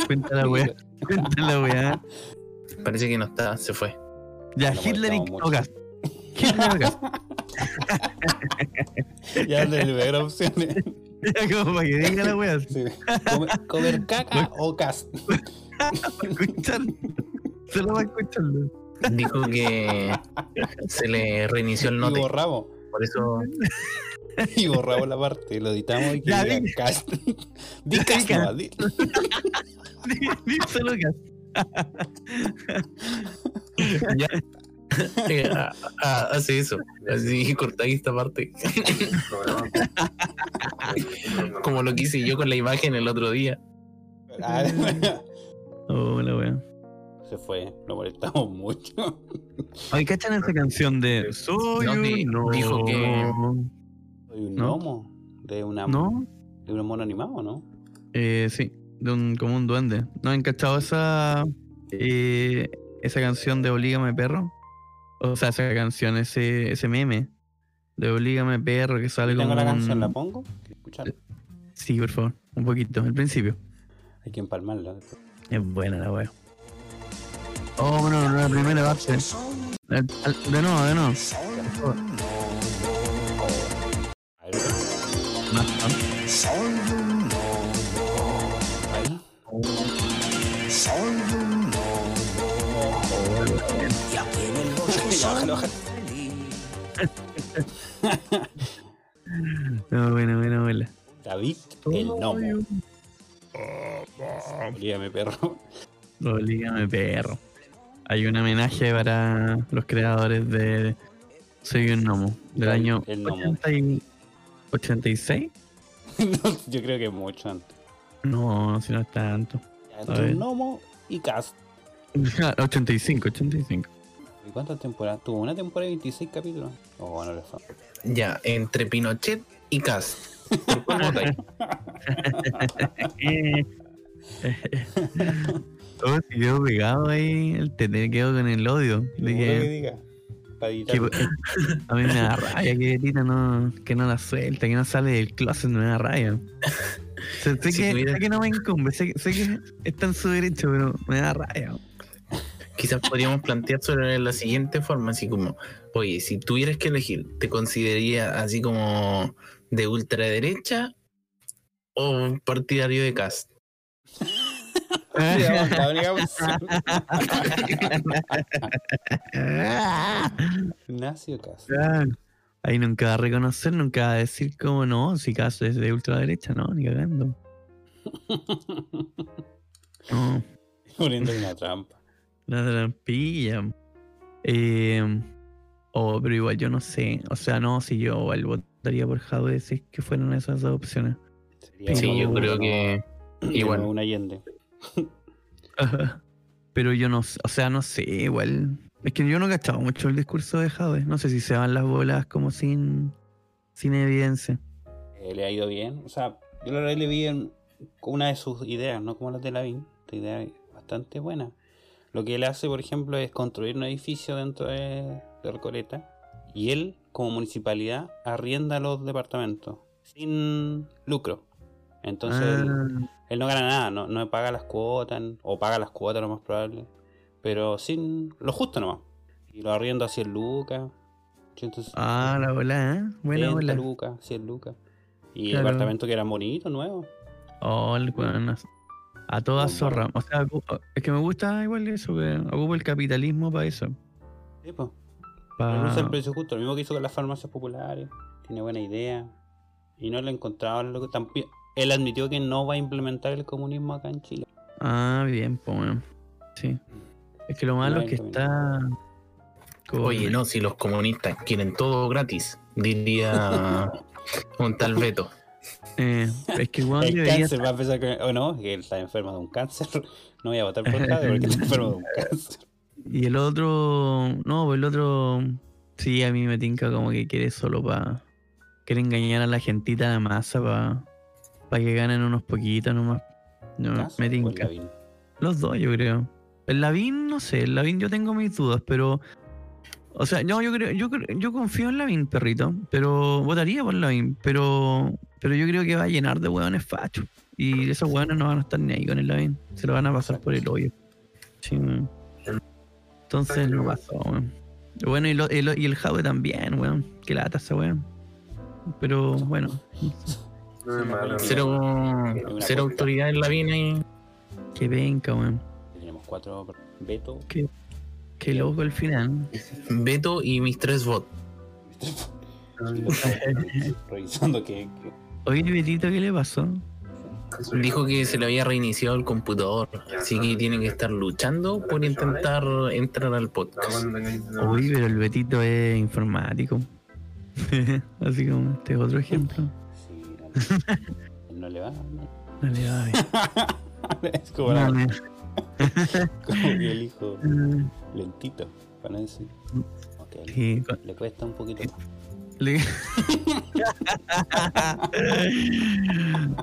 Cuenta la weá, cuenta la weá.
Parece que no está, se fue.
Ya,
Lo
Hitler y
molestamos mucho.
Cast. Hitler y Cast.
Ya no le pegar opciones.
Ya, como para que venga la weá.
Sí. Comer, comer caca o cas.
Escuchar. Solo va a escucharlo.
Dijo que se le reinició el
Y
note.
borramos.
Por eso
Y borramos la parte. Lo editamos y que
Ya,
diga
di-
cas. Di cas
Diga.
nomás, di-
Solo Cast.
eh, ah, ah, hace eso. Así cortáis esta parte. Como lo que hice yo con la imagen el otro día.
Ah,
Oh, la weá.
Se fue. Lo molestamos mucho.
Ay, ¿cachan esa canción de Soy
No, di-
un no?
dijo que-
Soy un
¿No?
gnomo. De una
¿No?
de un mono animado, ¿no?
Eh, sí, de un, como un duende. ¿No han cachado esa, eh, esa canción de Oblígame Perro? O sea, esa canción, ese, ese meme de Oblígame Perro que sale
Tengo
como
la
un- Eh.
canción, la pongo. Escuchar.
Sí, por favor, un poquito, al principio.
Hay que empalmarla.
Es buena la wea. Oh, bueno, no, la primera parte. Al- al- De nuevo, de nuevo.
A ver, a
Ah,
ver. Ya, bájalo, bájalo.
No, bueno, bueno, buena.
David el gnomo. Olvídame, perro.
Oblígame Perro. Hay un homenaje para los creadores de Soy un Gnomo, del
David
año
el Gnomo.
80 y- 86.
No, yo creo que es mucho antes.
No, si no es tanto.
Ya, Entre
A ver.
un gnomo y cast.
85, 85.
¿Y cuántas temporadas tuvo? Una temporada y 26 capítulos. Oh, bueno, lo son.
Ya, entre Pinochet y Cast. ¿Por cuál votáis?
Eh, Oh, se quedó pegado ahí, el tete quedó con el odio.
Lo
De
que
que,
diga. Para editar.
que- a mí me da rabia que Betita no, que no la suelta, que no sale del closet, me da rabia. O sea, sé,
Si
que,
tuviera-
sé que no me incumbe, sé, sé que está en su derecho, pero me da rabia.
Quizás podríamos plantear sobre la siguiente forma, así como, oye, si tuvieras que elegir, ¿te considerarías así como de ultraderecha o un partidario de Cast?
Digamos, la única opción. Ignacio Cast.
Ah. Ahí nunca va a reconocer, nunca va a decir como no, si caso es de ultraderecha, no, ni cagando. No.
Poniéndole una trampa.
La trampilla. Eh, oh, pero igual yo no sé. O sea, no, si yo igual votaría por Jadwe si es que fueron esas dos opciones.
Sería
Sí, yo
como-
creo que
Igual.
igual.
Un Allende.
pero yo no sé, o sea, no sé, igual. Es que yo no cachaba mucho el discurso de Jadwe. No sé si se van las bolas como sin, sin evidencia.
Eh, le ha ido bien. O sea, yo la verdad le vi en una de sus ideas, no como las de Lavín. Esta idea es bastante buena. Lo que él hace, por ejemplo, es construir un edificio dentro de, de Recoleta y él, como municipalidad, arrienda los departamentos sin lucro. Entonces, él,
Ah,
él no gana nada, no, no paga las cuotas, o paga las cuotas lo más probable, pero sin lo justo nomás. Y lo arrienda a 100 lucas. 100,
ah, la bola, ¿eh? Buena
30
bola.
lucas, 100 lucas. Y
Claro.
el apartamento que era bonito, nuevo.
Oh, el weón, A toda
Bomba.
zorra. O sea, ocupo- es que me gusta igual eso, que ocupo el capitalismo para eso.
Sí, pues.
pa-
el precio justo, lo mismo que hizo con las farmacias populares. Tiene buena idea. Y no le encontraba lo que tampoco. él admitió que no va a implementar el comunismo acá en Chile.
Ah, bien, pues, weón. Sí. Es que lo malo es que está. con-
Oye, no, si los comunistas quieren todo gratis, diría un tal Beto.
Eh, es que weón
el
debería.
cáncer va a empezar con. O no, que él está enfermo de un cáncer. No voy a votar por Jade porque está enfermo de un cáncer.
Y el otro. No, pues el otro. Sí, a mí me tinca como que quiere solo para. Quiere engañar a la gentita de la masa para. Para que ganen unos poquitos nomás. No,
¿Cáncer
me
o
tinca.
Lavín?
Los dos, yo creo. El Lavín, no sé, el Lavín yo tengo mis dudas, pero. O sea, no, yo creo, yo creo- yo confío en Lavín, perrito. Pero votaría por Lavín, pero. Pero yo creo que va a llenar de hueones fachos. Y esos hueones no van a estar ni ahí con el Lavín. Se lo van a pasar por el hoyo. Sí, weón. Entonces no pasó, weón. Bueno, y, lo- y lo- y el Jaue también, weón. Que lata ese weón. Pero bueno,
No es malo.
Cero, cero autoridad en la vina y
que venga, weón.
Tenemos cuatro. Beto.
Que loco al final.
Beto y mis tres bots.
Revisando que. que-
Oye, Betito, ¿qué le pasó?
Dijo que se le había reiniciado el computador, así que tienen que estar luchando por intentar entrar al podcast.
pues,
Uy, pero el Betito es informático. Así como este es otro ejemplo.
sí, no, no le va. no.
No le va bien.
Es como, la-
No le-
como que el hijo
Mm,
lentito. Para no decir. Ok, le-
sí, con-
le cuesta un poquito más.
le-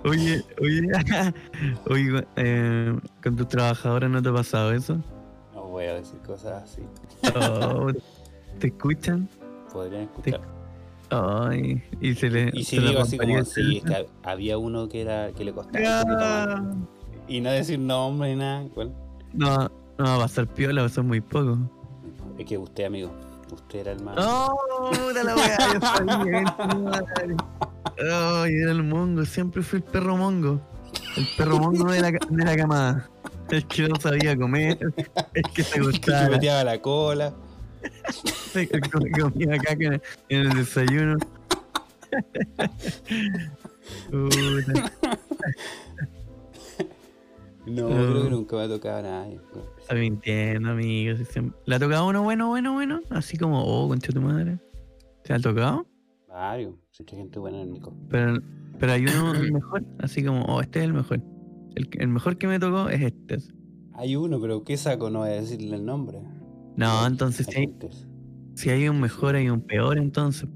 oye, oye, oye, con- eh, con tus trabajadoras no te ha pasado eso.
No voy a decir cosas así.
Oh, ¿Te escuchan?
Podrían escuchar.
Ay, y se le.
Y si
eh, se la
digo así como
rompería el
sí, es que hab- había uno que era que le costaba un poquito más.
teléfono.
Y no decir nombre ni nada. Bueno,
No, no va a ser piola, va a ser muy poco.
es que usted, amigo. Usted era el más.
¡Oh, puta la weá! Yo sabía, madre. ¡Ay, Oh, era el mongo! Siempre fui el perro mongo. El perro mongo de la, ca- de la camada. Es que no sabía comer. Es que se
que se
gustaba.
meteaba la cola.
se comía caca en el- en el desayuno. Puta,
No,
No.
creo que nunca me ha tocado a nadie. weón.
está mintiendo, amigo. si siempre- ¿Le ha tocado uno bueno, bueno, bueno? Así como, oh, concha tu madre. ¿Te ha tocado?
Mario, mucha gente buena en el Nico.
Pero, pero hay uno mejor, así como, oh, este es el mejor. El, que- el mejor que me tocó es este.
Hay uno, pero ¿qué saco? No voy a decirle el nombre.
No, entonces
Hay
si hay,
muchos.
si hay un mejor, hay un peor, entonces.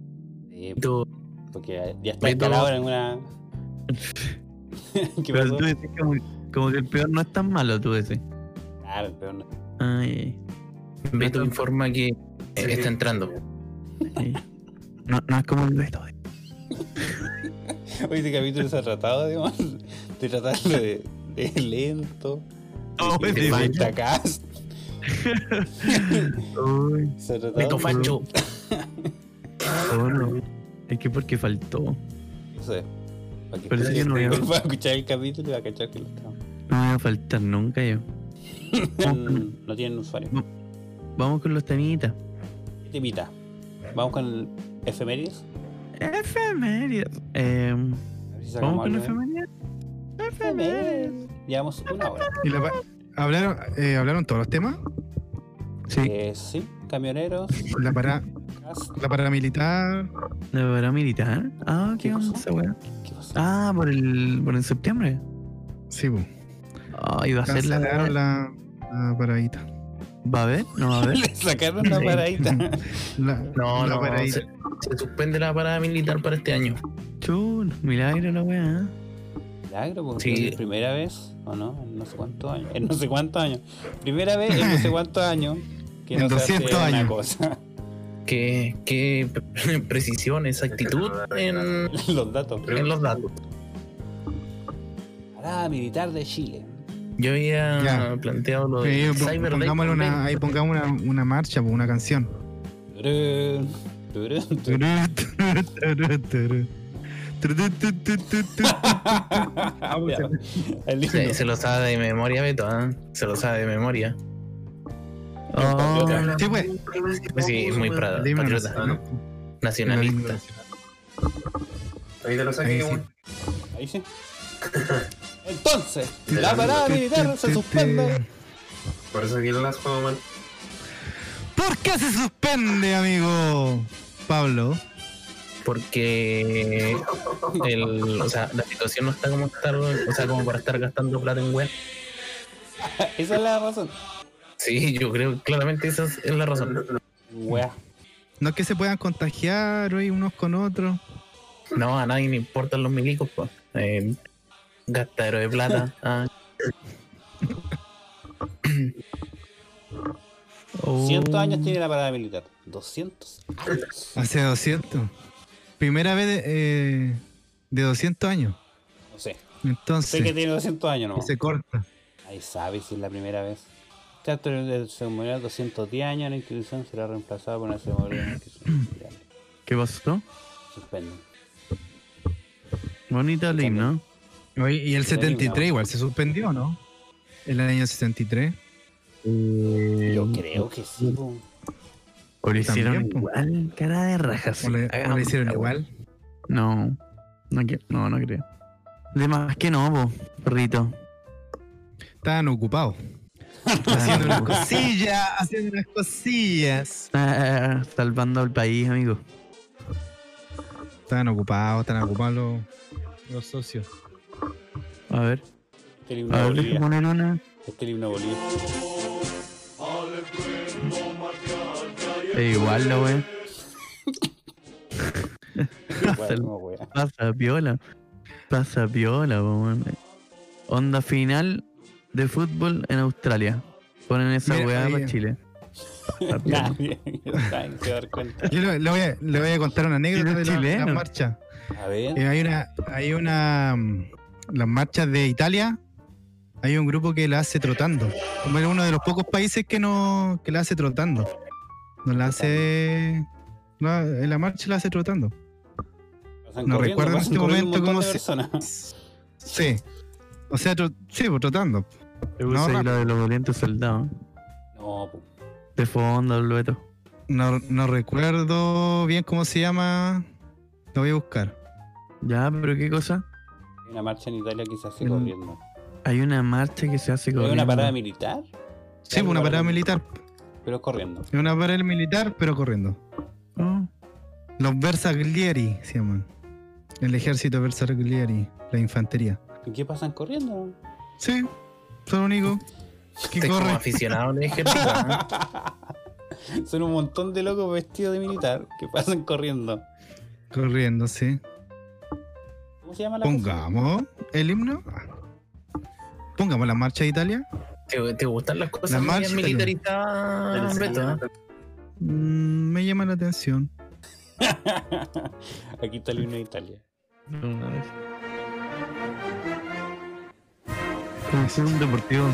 Sí,
Beto,
porque ya está
Beto.
escalado en alguna. ¿Qué
Pero
pasó?
tú decís como, como que el peor no es tan malo, tú decís.
Claro, pero no.
Ay,
Beto informa que eh, está entrando.
Oh,
ay, ay. No, no es como el resto.
Hoy este capítulo se ha tratado, digamos, de tratarlo de, de lento,
pues,
de, de mentacas. Se ha tratado
Beto
de-
Facho,
Es que porque faltó.
No sé. Para que
Pero sí,
escuche-
no veo.
para escuchar el capítulo y va a cachar que lo estamos.
No me va a faltar nunca yo.
Mm, No tienen usuario.
Vamos con los temitas.
¿Qué te invita? Vamos con el efemérides.
Efemérides. Eh,
A ver
Vamos
si sacamos
con
algo, ¿eh?
efemérides. Efemérides.
Llevamos una hora.
¿Y la pa- ¿Hablaron, eh, ¿Hablaron todos los temas?
Sí,
Eh, sí, camioneros,
La, para,
cast-
la paramilitar.
de verdad militar. Ah, qué
¿Qué
onda
pasó?
esa weá.
¿Qué pasó?
Ah, por el, por el septiembre.
Sí, bu.
Ah, iba a ser la.
cancelaron la, la paradita.
¿Va a ver? ¿No va a ver?
Le sacaron la
Sí.
paradita.
La,
No,
la
no,
paradita.
se, se suspende la parada militar para este año.
Chun, milagro la weá. ¿eh?
Milagro, porque
Sí.
es la primera vez, ¿o no? En no sé cuántos años. En no sé cuántos años. Primera vez en no sé cuántos años que
En
no se hace
200
una
años.
cosa.
Qué, qué pre- precisión, exactitud en,
Los datos.
en los datos.
Parada militar de Chile.
Yo había
Ya.
planteado lo
Sí,
de
pon-
Cyber Day
pongámosle
también.
una, ahí pongamos una, una marcha, bu, una canción.
Turun, turun, turun.
pues,
Ya, el himno.
Se, se lo sabe de memoria, Beto, ¿ah? Se lo sabe de memoria.
Oh,
Sí, pues.
Sí, es muy prada,
El himno
patriota,
nacional. El himno
nacionalista.
nacional.
Ahí te lo
Ahí
saqué,
sí.
weón.
Ahí sí. Entonces, la parada militar se suspende.
Por eso que las toman.
¿Por qué se suspende, amigo Pablo?
Porque el, o sea, la situación no está como estar, o sea, como para estar gastando plata en web.
Esa es la razón.
Sí, yo creo, claramente esa es la razón.
Wea.
No es que se puedan contagiar hoy unos con otros.
No, a nadie le importan los milicos, pues. Eh, gastadero de plata. Ah,
Oh.
200 años tiene la parada militar. 200 años.
Hace 200. Primera vez de, eh, de 200 años.
No sé. Sé
Entonces,
que tiene 200 años, ¿no?
se corta.
Ahí sabe si es la primera vez. Teatro del ceremonial 210 años, la institución será reemplazada por una ceremonia que
¿Qué pasó?
suspende.
Bonita ley, ¿no?
Oye, y el
Sí,
73
no.
igual se suspendió, ¿no? El año 73.
Yo creo que sí. po.
¿O le hicieron
También, po.
igual? Cara de rajas.
¿O le, o le
Hagamos
hicieron
la wea.
igual?
No, no, que- no, no creo. De más que no, po, perrito.
Estaban ocupados. Haciendo unas cosillas, haciendo unas cosillas.
Ah, salvando al país, amigo.
Estaban ocupados, estaban ocupados los, los socios.
A ver,
Este himno
a
de
ver, deja
Bolivia.
poner una.
Este himno de Bolivia.
Es Eh, igual la wea.
Wea, no, wea.
Pasa piola. Pasa piola, po, weón. Onda final de fútbol en Australia. Ponen esa
Mira,
weá
ahí-
para Chile. Pasa piola.
Nadie nadie se va a dar cuenta.
Yo le, le voy a, le voy a contar una anécdota
Chile
de la- la,
chileno.
marcha.
A ver.
Eh, hay una, hay una, mm, las marchas de Italia, hay un grupo que la hace trotando. Como es uno de los pocos países que no, que la hace trotando. No la hace, la, la marcha la hace trotando.
pasan
no
corriendo,
recuerdo en
pasan
este
corriendo
momento
un montón
cómo
de
se-
personas.
Sí. O sea, tro- sí, pues, trotando.
Me puse ahí
rápido.
la de los valientes soldados.
No, po.
De fondo, el dueto.
No, no recuerdo bien cómo se llama. Lo voy a buscar.
Ya, pero qué cosa.
Hay una marcha en Italia que se hace
Mm.
corriendo.
Hay una marcha que se hace con.
¿Hay una parada militar?
Sí, pues, una parada militar.
Pero es corriendo.
Es una parada militar, pero corriendo.
Oh,
Los Bersaglieri se llaman. El ejército Bersaglieri, la infantería.
¿Y qué pasan corriendo?
Sí, son únicos. Que
estoy como
corre.
aficionado al ejército. ¿ah?
Son un montón de locos vestidos de militar que pasan corriendo.
Corriendo, sí.
¿Cómo se llama la cosa?
Pongamos el himno. Pongamos la marcha de Italia.
¿Te, te gustan las cosas
La
medias
marcha, pero-
militarizadas, Beto, ah?
Mm, me llama la atención.
Aquí está el himno de Italia.
no, una vez. Como ser un deportivo.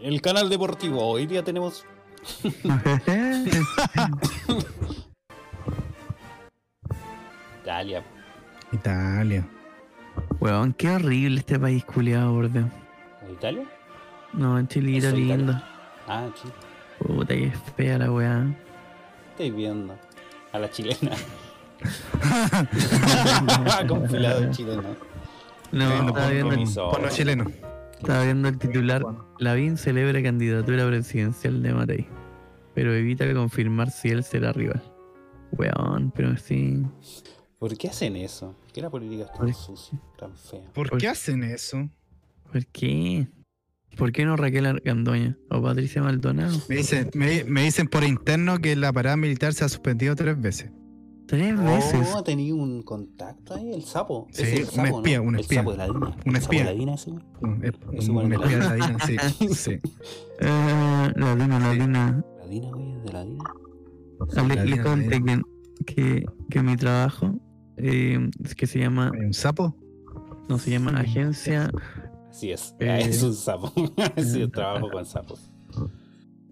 El canal deportivo. Hoy día tenemos. Italia.
Italia.
Weón, qué horrible este país culiado, por Dios.
¿Es ¿Italia?
No, chilita
Eso, Italia.
lindo.
Ah, sí.
Puta, que fea la weá.
Estoy viendo. A la chilena. Compilado chileno.
No, estaba viendo, el,
compromiso.
Por los chilenos.
estaba viendo el titular. Lavín celebra candidatura presidencial de Matei. Pero evita confirmar si él será rival. Weón, pero sí.
¿Por qué hacen eso? ¿Por qué la política es tan
Ay.
sucia, tan fea?
¿Por qué hacen eso?
¿Por qué? ¿Por qué no Raquel Argandoña? ¿O Patricia Maldonado?
Me dicen, me, me dicen por interno que la parada militar se ha suspendido tres veces.
Tres
Oh.
veces.
No, ha tenido un contacto ahí, el sapo.
Sí,
Ese es el
un
sapo, ¿no?
espía, un espía.
El sapo de la Dina.
Un
El sapo de
espía.
la Dina, sí.
Un- es-
Eso
un-
bueno,
una espía de la DINA, sí, sí.
Eh, la Dina, la Dina.
La Dina, güey, de la Dina.
Ah,
la
Le, le
Dina,
conté que, que, que mi trabajo, eh, es que se llama,
¿Hay un sapo?
no se llama agencia,
Así es.
Eh.
Es un sapo. sí, yo trabajo con sapos.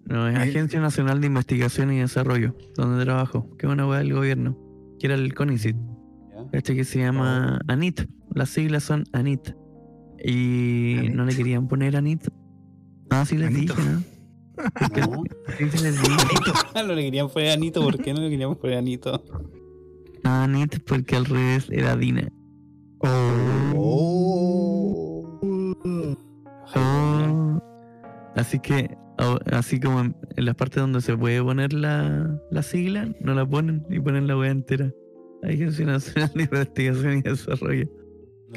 no, es
Eh.
Agencia Nacional de Investigación y Desarrollo, donde trabajo, que es una weá del gobierno, que era el CONICIT.
¿ya?
Este que se llama
Oh.
ANIT. Las siglas son ANIT. Y
Anit.
no le querían poner ANIT. Ah, sí les
Anito.
dije, ¿no?
No,
Sí, sí les dije.
no le querían poner Anito.
Ah,
¿Por qué no le queríamos poner Anito?
No, ANIT porque al revés era DINA. Oh. Así que, a- así como en en las partes donde se puede poner la, la sigla, no la ponen y ponen la wea entera. Agencia Nacional de Investigación y Desarrollo.
No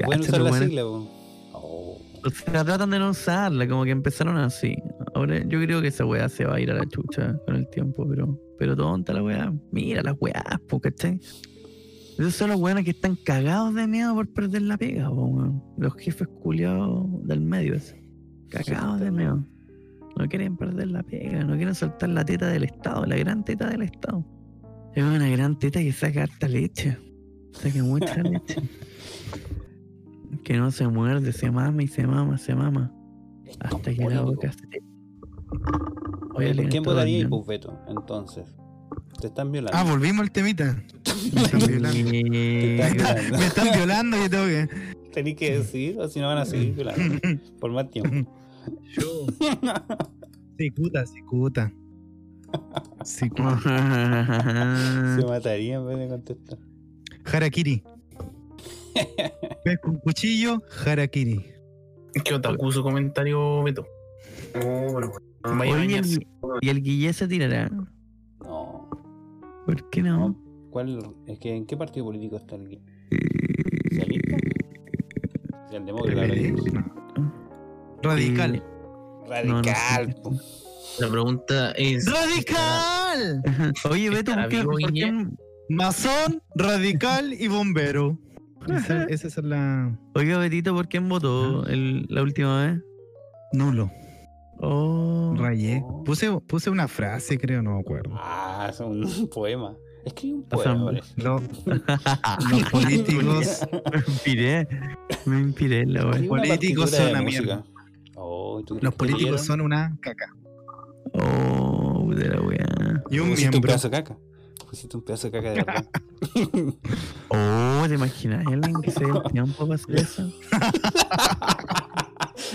pueden
Cáchate,
usar la
bueno.
sigla, po. Oh.
O sea, tratan de no usarla, como que empezaron así. Ahora yo creo que esa weá se va a ir a la chucha con el tiempo, pero, pero tonta la weá. Mira las weás, po, ¿cachai? Esos son los weones que están cagados de miedo por perder la pega, po, weón. Los jefes culiados del medio, ese. Cagados de miedo. No quieren perder la pega, no quieren soltar la teta del Estado, la gran teta del Estado. Es una gran teta que saca harta leche. Saca mucha leche. Que no se muerde, se mama y se mama, se mama. Hasta que la boca se... Oye,
Oye, ¿por
alguien
quién
está
votaría
durmiendo.
Ipubeto? Entonces, te están violando.
Ah, volvimos al temita. Me están violando.
Eh,
Te están violando.
Me están violando y yo tengo que.
Tenés que decidir, o si no van a seguir violando. Por más tiempo.
Yo,
Cicuta, cicuta. Cicuta.
Se mataría en vez de contestar.
Harakiri. ¿Ves con cuchillo? Harakiri.
¿qué otaku su comentario, Beto?
Oh, pero bueno.
Vaya a
Oye, y,
bañarse.
el, y el Guille se tirará.
No.
¿Por qué no?
¿Cuál? Es que ¿en qué partido político está el guía?
Eh,
¿Socialista? Socialdemócrata. lo
Eh,
digo.
Radical.
Radical. po.
La pregunta es.
¡Radical!
Oye, Beto,
¿Estará
¿por qué,
vivo
por qué-
Guille?
Masón, radical y bombero. Esa, esa es la.
Oiga, Betito, ¿por quién
Ah.
votó el- la última vez?
Nulo.
Oh,
Rayé. Puse, puse una frase, creo, no me acuerdo.
Ah, es un poema. Escribe un
O sea,
poema. parece.
Lo- los políticos.
me inspiré. Me inspiré en la wea.
Escribe una
políticos
partitura de
son una
música. Oh, ¿tú crees
Los
que
políticos
leyeron?
son una caca.
Oh, de la wea.
Y
Pusiste
un
un
miembro.
pedazo de caca. Pusiste un pedazo de caca de verdad.
Oh, ¿te imaginas, Ellen, que se dio el tiempo para hacer eso?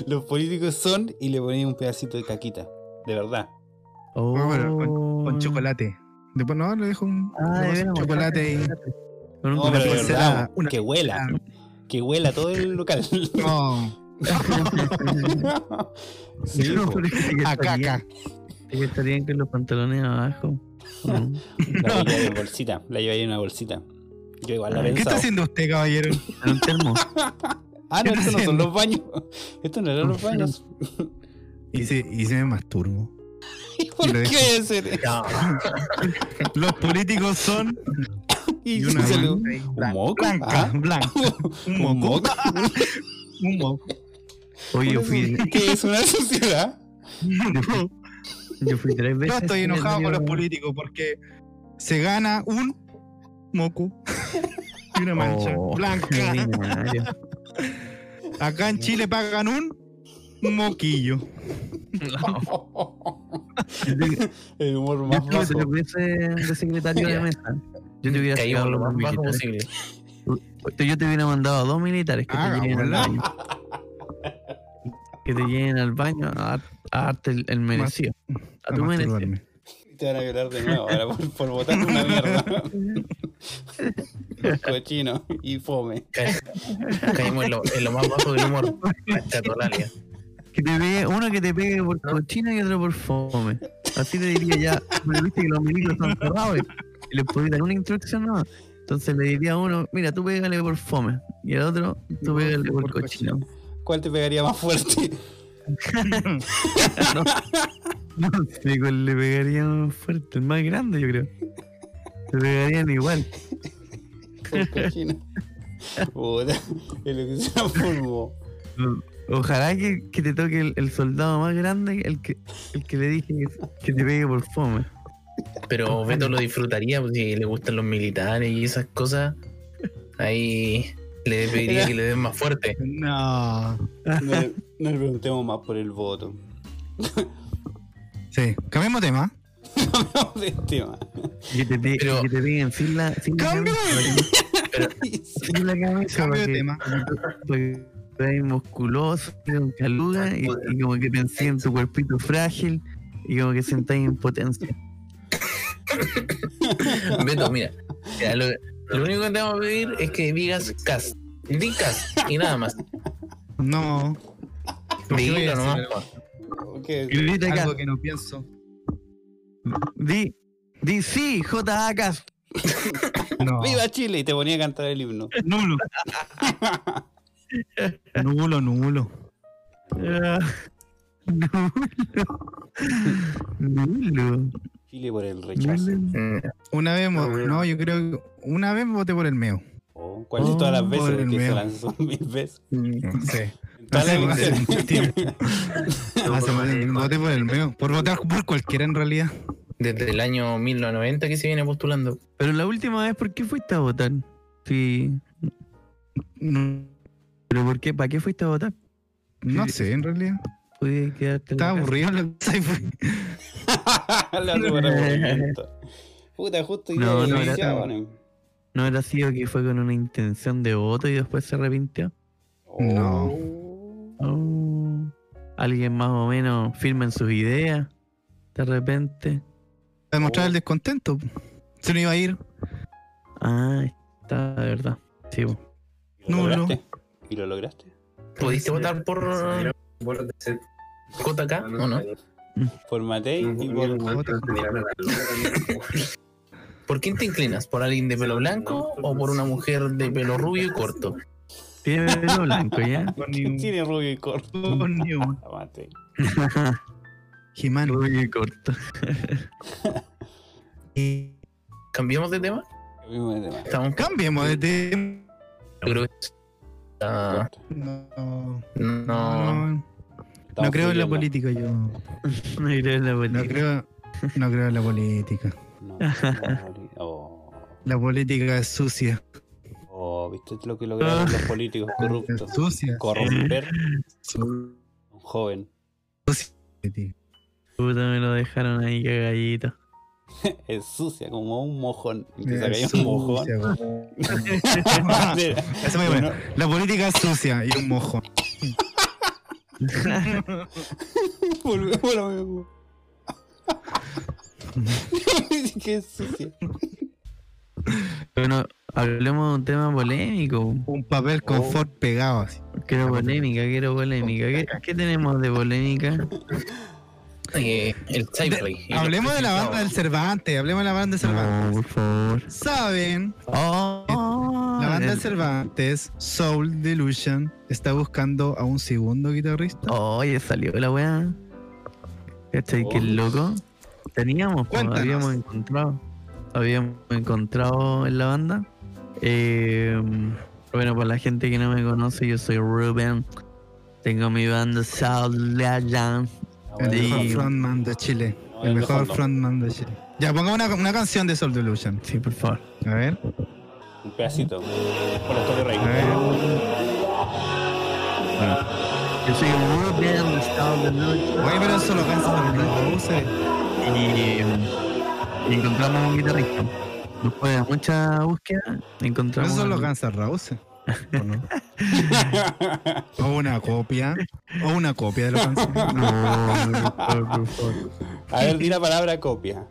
Los políticos son y le ponían un pedacito de caquita. De verdad.
Oh,
bueno, Con chocolate. Después no, le dejo un
Ah, de
le paso un
veras,
chocolate Oh, y.
Con un
No, pero de
café.
pincelada,
verdad.
una
que huela. Que huela todo el local.
No,
Sí,
No,
po.
pero es que
a
estarían-
caca.
es que estarían con los pantalones abajo. Mm.
La lleváis en bolsita. La lleváis en una bolsita. Yo igual la he
¿Qué está
pensado.
haciendo usted, caballero?
En un termo.
Ah, no,
¿Qué está
estos no son
haciendo?
los baños. Estos no eran los baños.
Y se, y se me masturbo.
¿Y por
Y lo
qué
dejo.
voy a hacer eso?
Los políticos son.
Y
Y una
se lo-
mano
un
ahí, blanca,
moco.
blanca,
ah,
blanca. Un
Un
moco.
moco.
Un moco.
Oye, yo fui,
¿Qué es una sociedad?
yo fui tres
Yo
veces.
estoy
en el
enojado con los
medio-
políticos porque se gana un moco y una mancha
Oh,
blanca.
ordinario.
Acá en Chile pagan un moquillo.
El humor
Yo
más
estuve
bajo.
tres veces de secretario de mesa. Yo te hubiera
Caímos
sacado
lo
dos
más bajo
militares.
posible.
Yo te hubiera mandado a dos militares que
Ah,
te lleven al baño. Que te lleven al baño a, a darte el, el merecido. A tu merecido.
masturbarme.
Te van a violar de nuevo ahora por, por votar una mierda. Cochino y fome.
Ca- Caímos en lo, en lo más bajo del humor. La chatolalia.
Que te pegue, uno que te pegue por cochino y otro por fome. Así te diría ya, pero viste que los milicos están cerrados y- y les podía dar una instrucción no. Entonces le diría a uno, mira, tú pégale por fome. Y al otro, tú pégale por cochino.
¿Cuál te pegaría más fuerte?
No sé cuál le pegaría más fuerte, el más grande yo creo. Le pegarían igual.
El cochino. Puta, el que se formó.
Ojalá que, que te toque el, el soldado más grande, el que, el que le dije que, que te pegue por fome.
Pero Beto lo disfrutaría pues, si le gustan los militares y esas cosas. Ahí le pediría que le den más fuerte.
No.
No, le- no le preguntemos más por el voto.
Sí. Cambiemos tema.
Vamos de este tema.
Que te, pe-
Pero-
que te peguen sin la, sin la
¡Cambio
camisa,
de-
para que- sin la camisa, para
Cambio de
que-
tema.
Porque tú eres musculoso, con caluga, y, y como que pensé en tu cuerpito frágil, y como que sentáis en potencia.
Beto, mira. mira, lo, lo único que te vamos a pedir es que digas cast. Dicas y nada más.
No, ¿Por qué voy a
Dilo
hacer
nomás, pues.
algo?
po.
Ok.
Grita acá.
algo que no pienso.
Di, di sí, J.A. Cas.
No,
¡Viva Chile! Y te ponía a cantar el himno.
nulo. nulo, nulo.
Ah, Nulo. Nulo.
Chile por el rechazo.
Nulo.
Mm.
Una vez, mo-
No, mira.
no, yo creo que una vez voté por el meo.
Oh, ¿Cuál de todas
Oh,
las veces?
por el
Porque se
meo.
lanzó mil veces.
Sí.
En todas
Hace,
las
hace
elecciones.
mucho tiempo. Hace mucho tiempo. Voté por el meo. Por votar por cualquiera en realidad.
Desde el año 1990 que se viene postulando.
Pero la última vez, ¿por qué fuiste a votar? Sí.
No,
¿Pero por qué? ¿Para qué fuiste a votar?
no sé, en realidad.
Pude quedarte. en la
Estaba
casa.
aburrido en la casa y fue.
La otra para movimiento. Puta, justo y
No, no,
no, no,
era- ¿No era sido que fue con una intención de voto y después se arrepintió?
No.
Oh, alguien más o menos firme en sus ideas. De repente.
Para demostrar el descontento. Se no iba a ir.
Ah, está de verdad. Sí, po.
¿Y lo
Nulo.
lograste? ¿Y lo lograste?
¿Pudiste votar por JK o no?
Por Matei y por.
¿Por quién te inclinas? ¿Por alguien de pelo blanco o por una mujer de pelo rubio y corto?
Tiene pelo blanco, ¿ya?
Tiene rubio y corto. Ah, Matei.
Jimán.
Uy, corto.
¿Cambiamos de tema?
Lo mismo de Matei.
Estamos
Cambiemos de tema.
creo que es- Ah,
Corto.
No,
no.
no,
Estamos
creo en la
fluyendo.
política yo.
No creo en la
No
política.
creo, no creo en la política.
No, no, no, oh,
La política es sucia.
oh, ¿viste lo que lograron los políticos corruptos?
Es sucia.
Corromper
Sucia.
a un joven.
tío.
Puta, me lo dejaron ahí cagadito.
Es sucia, como un mojón. Empieza a
Es
caer un
sucia,
mojón.
weón. Eso me bueno. La política es sucia y un mojo.
Volvemos a lo mismo. Qué sucia.
Bueno, hablemos de un tema polémico.
Un papel confort pegado así.
Quiero polémica, quiero polémica. ¿Qué, qué tenemos de polémica?
Eh, el Cyberlay.
Hablemos de la banda del Cervantes. Hablemos de la banda del
No,
Cervantes.
por
Ah.
favor.
Saben,
Oh,
la banda del
el-
Cervantes, Soul Delusion, está buscando a un segundo guitarrista.
Oye, salió la weá. ¿Cachai? Que el loco. Teníamos, pues,
Oh. Cuéntanos.
habíamos encontrado. Habíamos encontrado en la banda. Eh, bueno, para la gente que no me conoce, yo soy Rubén. Tengo mi banda South Legend.
Ah,
El
Sí.
mejor frontman de Chile.
No,
Oh, El
el
mejor
fondo.
frontman de Chile. Ya, pongamos una, una canción de Soul Delusion.
Sí, por favor.
A ver.
Un pedacito. Por los toques
A ver.
Yo soy Rubén South Legend.
Oye, pero eso lo cansa no lo use.
y, y encontramos un guitarrista. Después de mucha búsqueda, encontramos.
Eso lo
un-
cansa Rause. ¿eh? ¿O no? O una copia. O una copia de los Guns N'
No, por favor.
A ver, di la palabra copia.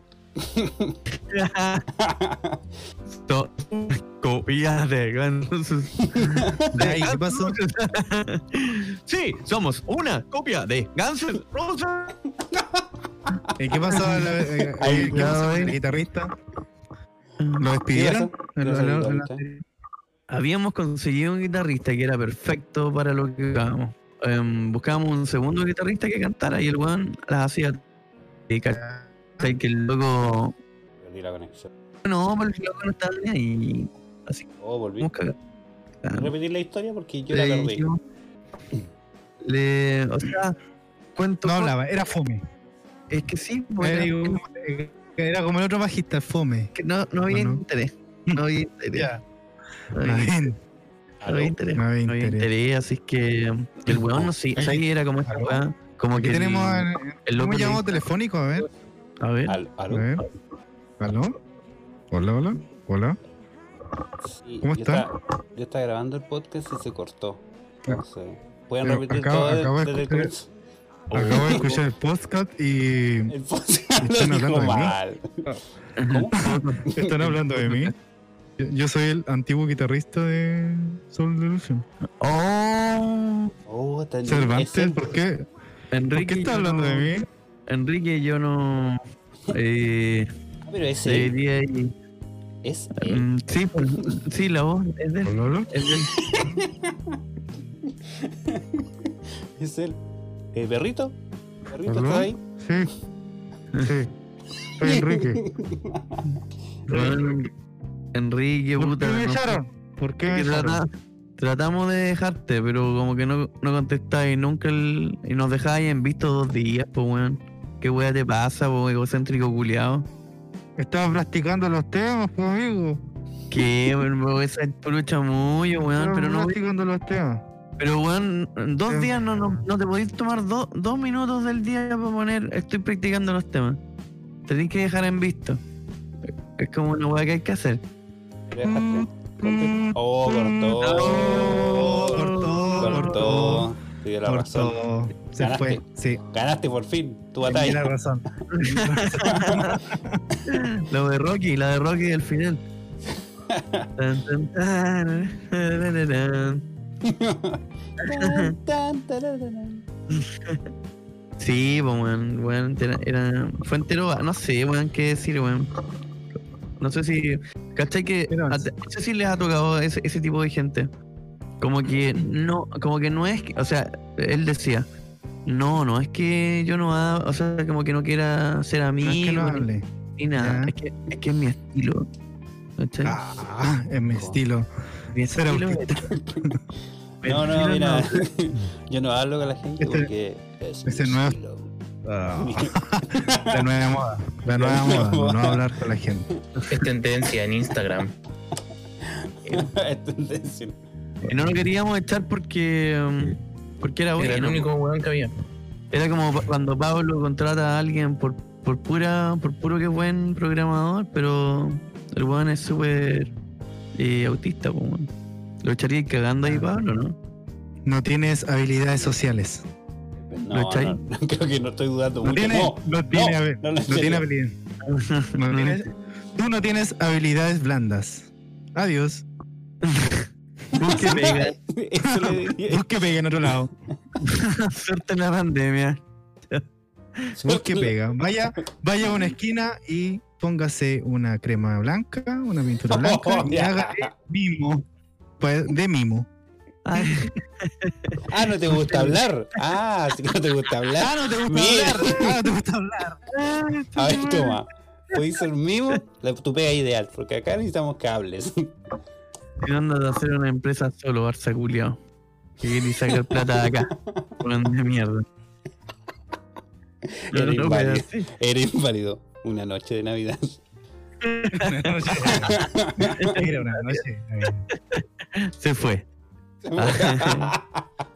To- Copias de Guns.
Roses. Ahí, ¿Qué pasó?
Sí, somos una copia de Guns N' Roses.
Eh, ¿Qué pasó? al- eh, eh,
Ahí,
¿Qué pasó
ya,
con
eh.
el guitarrista? ¿Lo despidieron?
¿Qué pasó?
Al- al-
¿Qué
al-
pasó?
Habíamos conseguido un guitarrista que era perfecto para lo que buscábamos. Em, buscábamos un segundo guitarrista que cantara y el weón las hacía. Y cachai que el loco.
Perdí la conexión.
No, pero el loco no estaba ni ahí.
Oh, volví.
Vamos cagados.
Repetir la historia porque yo la
Le
perdí.
dijimos- le- o sea, cuento.
No Eh,
corto,
hablaba, era fome.
Es que sí, pues,
Era,
era-
era como el otro bajista, el fome.
que no, no había
¿O no?
interés. No había interés. No
No
había,
había-
no había
Aló.
interés.
no
No
había
había
interés.
interés, así es que um, el weón no sé. O sea, que era como esta
Aló.
weá. Como
Aquí
que. el-
tenemos. al-
el loco
¿Cómo
le
llamamos
dijo-
telefónico? A ver.
A ver.
Al-
A
aló.
ver. ¿Aló? Hola, hola. Hola.
Sí,
¿Cómo
yo
está? Ah.
estaba- Yo estaba grabando el podcast y se cortó. Entonces, pueden
Pero
repetir
acabo-
todo de-
acabo de
desde el
escuchar-
comienzo.
Acabo de escuchar el podcast y
El podcast lo
hablando
dijo
de mí?
mal.
están hablando de mí. Yo, yo soy el antiguo guitarrista de Soul Delusion.
¡Oh!
Oh, tan
Cervantes,
ese-
¿por qué? ¿Por
Enrique.
qué está
yo
hablando
no-
de mí?
Enrique, yo no. Eh,
Ah, Pero
sí.
ese
Diría ahí.
es él.
Mm, sí, pues, sí, la voz es de él.
¿Lolo?
Es de él.
Es él. Eh, ¿Perrito? ¿Perrito
¿Aló?
está ahí?
Sí. Sí. Soy Enrique.
Bueno, Enrique,
¿Por
puta.
qué me
no-
echaron? ¿Por qué me
que
echaron?
trata- tratamos de dejarte, pero como que no, no contestáis nunca el- y nos dejáis en visto dos días, pues weón. ¿Qué weá te pasa, po, egocéntrico culiado?
Estabas practicando los temas, pues, amigo.
¿Qué, weón? po, Esa es puro chamuyo, weón.
Estabas
Ah, Pero no,
practicando los temas.
pero weón, dos
Eh.
días no, no, no te podéis tomar do- dos minutos del día para poner. Estoy practicando los temas. Tenéis que dejar en visto. Es como una weá que hay que hacer.
Mm,
Déjate. Conte- Oh, cortó.
cortó,
Cortó. Te dio la razón.
Cortó. Se fue. Sí.
Ganaste por fin. Tu
Tenía
batalla.
la razón.
La de Rocky, la de Rocky del final. Tan, tan, tan, tarararán.
Tan, tan, tarararán.
Sí, pues, weón, weón, era, era- fue entero, no sé, weón, qué decir, weón. No sé si, ¿cachai que?
Pero-
a- No sé si les ha tocado ese, ese tipo de gente. Como que no, como que no es, que- o sea, él decía, no, no es que yo no, ha- o sea, como que no quiera ser
No
amigo
es que no hable.
ni nada,
ya.
es que, es que es mi estilo, ¿cachai?
Ah, es mi estilo.
mi
ser
estilo
autista.
No, no, mira. Yo no hablo con la gente
Este-
porque es
este
mi
nuevo-
estilo.
Ah, La nueva moda. La nueva moda. No hablar con la gente.
Es tendencia en Instagram.
Es tendencia.
Eh, No lo queríamos echar porque um, porque era bueno.
Era el único weón que había.
Era como pa- cuando Pablo contrata a alguien por, por pura por puro que es buen programador, pero el weón es súper eh, autista, po, weón. Lo echaría cagando ahí Pablo, ¿no?
No tienes habilidades sociales.
No,
¿Lo echáis?
no, no, creo que no estoy dudando
No
mucho.
tiene,
No,
no, tiene, habi-
no, no,
no
en serio.
tiene habilidad. No tienes- tú no tienes habilidades blandas. Adiós. Busque pega.
Eso le diría.
Busque pega en otro lado.
Suerte en la pandemia.
Busque pega. Vaya, vaya a una esquina y póngase una crema blanca, una pintura blanca y haga mimo. Pues, de mimo.
Ay,
Ah, no te gusta hablar. Ah, sí que no te gusta hablar.
no te
Mira.
Ah, no te gusta hablar.
A ver, toma. Puedes ser mimo, la, tu pega ideal, porque acá necesitamos cables.
¿Qué onda de hacer una empresa solo, Barça culiao? Que queréis sacar plata de acá. Weón de mierda.
Era
No, no,
inválido.
weón, sí.
Era inválido. Una noche de Navidad.
Una noche. Era una noche.
Se fue.